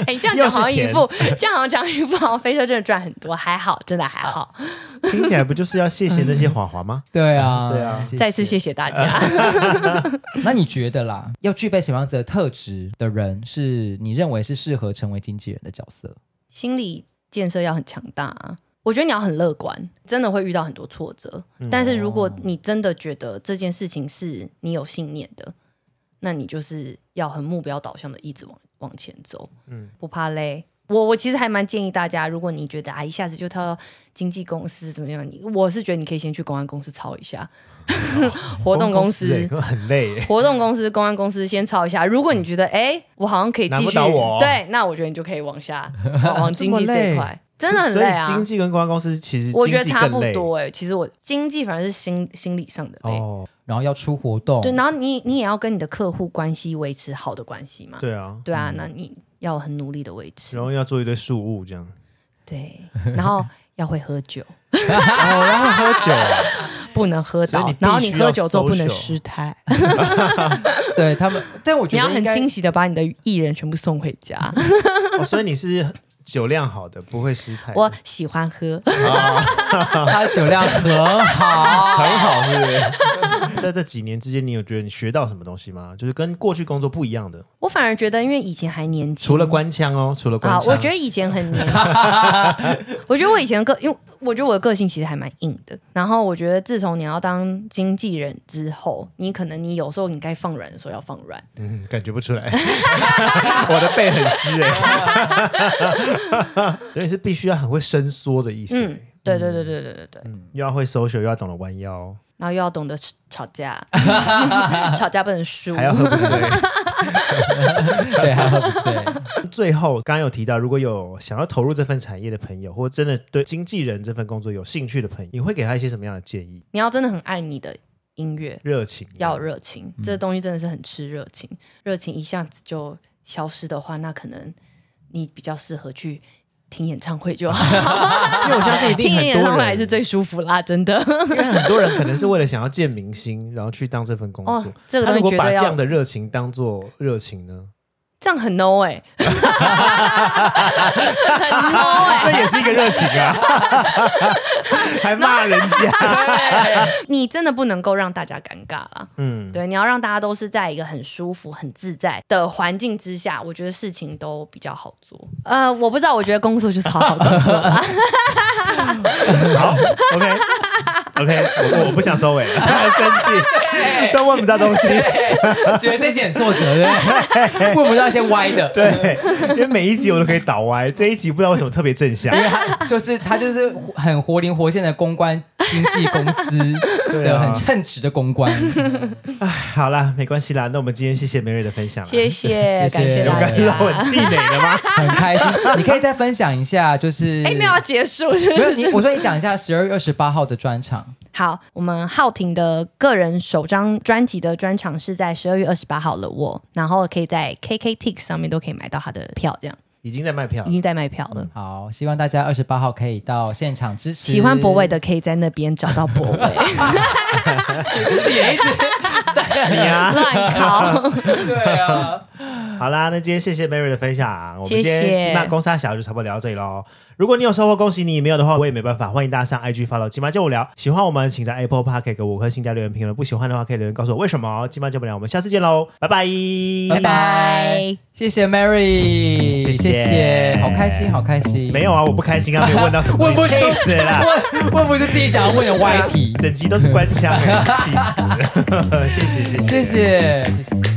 C: 哎、你这样讲好像一副， 这样好像讲一副，好像飞车真的赚很多，还好，真的还好。
A: 听起来不就是要谢谢那些华华 吗？
B: 对啊，
A: 对啊
C: 再次谢谢大家。
B: 那你觉得啦，要具备什么样子的特质的人，是你认为是适合成为经纪人的角色？
C: 心理建设要很强大啊。我觉得你要很乐观，真的会遇到很多挫折。但是如果你真的觉得这件事情是你有信念的，那你就是要很目标导向的一直往往前走。嗯，不怕累。我我其实还蛮建议大家，如果你觉得啊一下子就跳到经纪公司怎么样，你我是觉得你可以先去公安公司操一下， 活动哦公司。
A: 欸 很累耶，
C: 活动公司、公安公司先抄一下。如果你觉得，哎、我好像可以继
A: 难不
C: 续，
A: 倒我哦
C: 对，那我觉得你就可以往下往往经济这
A: 这么累
C: 一块，真的很累
A: 所以
C: 啊
A: 经。纪跟公关公司其实
C: 我觉得
A: 经纪
C: 差
A: 更
C: 不
A: 累
C: 多哎、其实我经济反而是心心理上的累，
A: 哦，
B: 然后要出活动，
C: 对，然后你你也要跟你的客户关系维持好的关系嘛，
A: 对啊，
C: 对啊，那你要很努力的维持
A: 然，后要做一堆事务 这样，
C: 对，然后要会喝 酒，
A: 哦，然后喝酒啊，
C: 不能喝
A: 所以
C: 倒
A: 你，必须
C: 然后你喝酒之后不
A: 要
C: 能
A: social
C: 失态，
B: 对他 们，但我
C: 你
B: 觉
C: 要
B: 得
C: 很
B: 应该
C: 清晰的把你的艺人全部送回 家。
A: 哦所以你是酒量好的，不会失态的，
C: 我喜欢喝，
B: 他酒量 很好，
A: 很好，是不是？ 在这几年之间，你有觉得你学到什么东西吗？就是跟过去工作不一样的，
C: 我反而觉得因为以前还年轻，
A: 除了官腔哦，除了官
C: 啊，
A: 腔，
C: 我觉得以前 很黏，我觉得我以前个，因为我觉得我的个性其实还蛮硬的。然后我觉得自从你要当经纪人之后，你可能你有时候你该放软的时候要放软，
A: 嗯，感觉不出来， 我的背很湿 哎、所以是必须要很会伸缩的意思、欸
C: 嗯，对对对对对对对，
A: 又要会 social，又要懂得弯腰，
C: 然后又要懂得吵吵 架，吵架不能输
A: 还，要喝不醉。
B: 对，还喝不醉。
A: 最后，刚刚有提到，如果有想要投入这份产业的朋友，或真的对经纪人这份工作有兴趣的朋友，你会给他一些什么样的建议？
C: 你要真的很爱你的音乐，
A: 热情
C: 要有热情，这东西真的是很吃热情，热情一下子就消失的话，那可能你比较适合去。听演唱会 就好，
A: 因为我相信一定
C: 听
A: 很
C: 演
A: 多
C: 唱会
A: 人
C: 还是最舒服啦，真的。
A: 因为很多人可能是为了想要见明星，然后去当这份工作。
C: 哦这个
A: 他
C: 东
A: 如
C: 西
A: 果把
C: 绝对
A: 这样
C: 要
A: 的热情当做热情呢，
C: 这样很 no 哎、很 no 哎、
A: 那也是一个热情啊， 还骂人 家。
C: 你真的不能够让大家尴尬啦。
A: 嗯，
C: 对，你要让大家都是在一个很舒服、很自在的环境之下，我觉得事情都比较好做。呃，我不知道，我觉得工作就是好好工作。
A: 好，OK。OK，我我不想收尾了，生气，都问不到东西。
B: 觉得这件作者对不 对，问不到一些歪的，
A: 对，因为每一集我都可以倒歪，这一集不知道为什么特别正向
B: 因。为他就是他就是很活灵活现的公关经纪公司
A: 对
B: 的
A: 啊
B: 很称职的公 关，
A: 好啦，没关系啦，那我们今天谢谢梅瑞的分享啦。啊
C: 谢谢，
B: 谢谢
C: 感谢
A: 有
C: 大
A: 感
C: 家
A: 觉。到我气馁了吗？
B: 很开心。你可以再分享一下，就是
C: 哎、没有要结束，是
B: 没
C: 不
B: 有
C: 是
B: 你，我说你讲一下十二月二十八号的专场，
C: 好，我们浩廷的个人首张专辑的专场是在十二月二十八号了，我，然后可以在 KKTix 上面都可以买到他的票，这样
A: 已经在卖票
C: 已，经在卖票了。
B: 好，希望大家二十八号可以到现场支持。
C: 喜欢博伟的可以在那边找到博伟，
B: 自己也一直
A: 你啊。
C: 乱考。
B: 对啊。
A: 好啦，那今天谢谢 Mary 的分享，我们今
C: 谢谢
A: 天金马公沙小就差不多聊到这里喽。如果你有收获，恭喜你；没有的话，我也没办法。欢迎大家上 IG follow 金马就不聊。喜欢我们，请在 Apple Park 给个五颗星加留言评论；不喜欢的话，可以留言告诉我为什么。金马就不聊，我们下次见喽，拜拜，
B: 拜拜，谢谢
A: 嗯
B: Mary，
A: 谢谢
B: 谢谢，好开心，好开心。
A: 没有啊，我不开心啊，没有问到什么，
B: 问 不出
A: 气死 了，
B: 问问不出自己想要问的歪题。
A: 整集都是官腔，气死了，谢谢，谢谢，
B: 谢谢，谢谢，谢谢。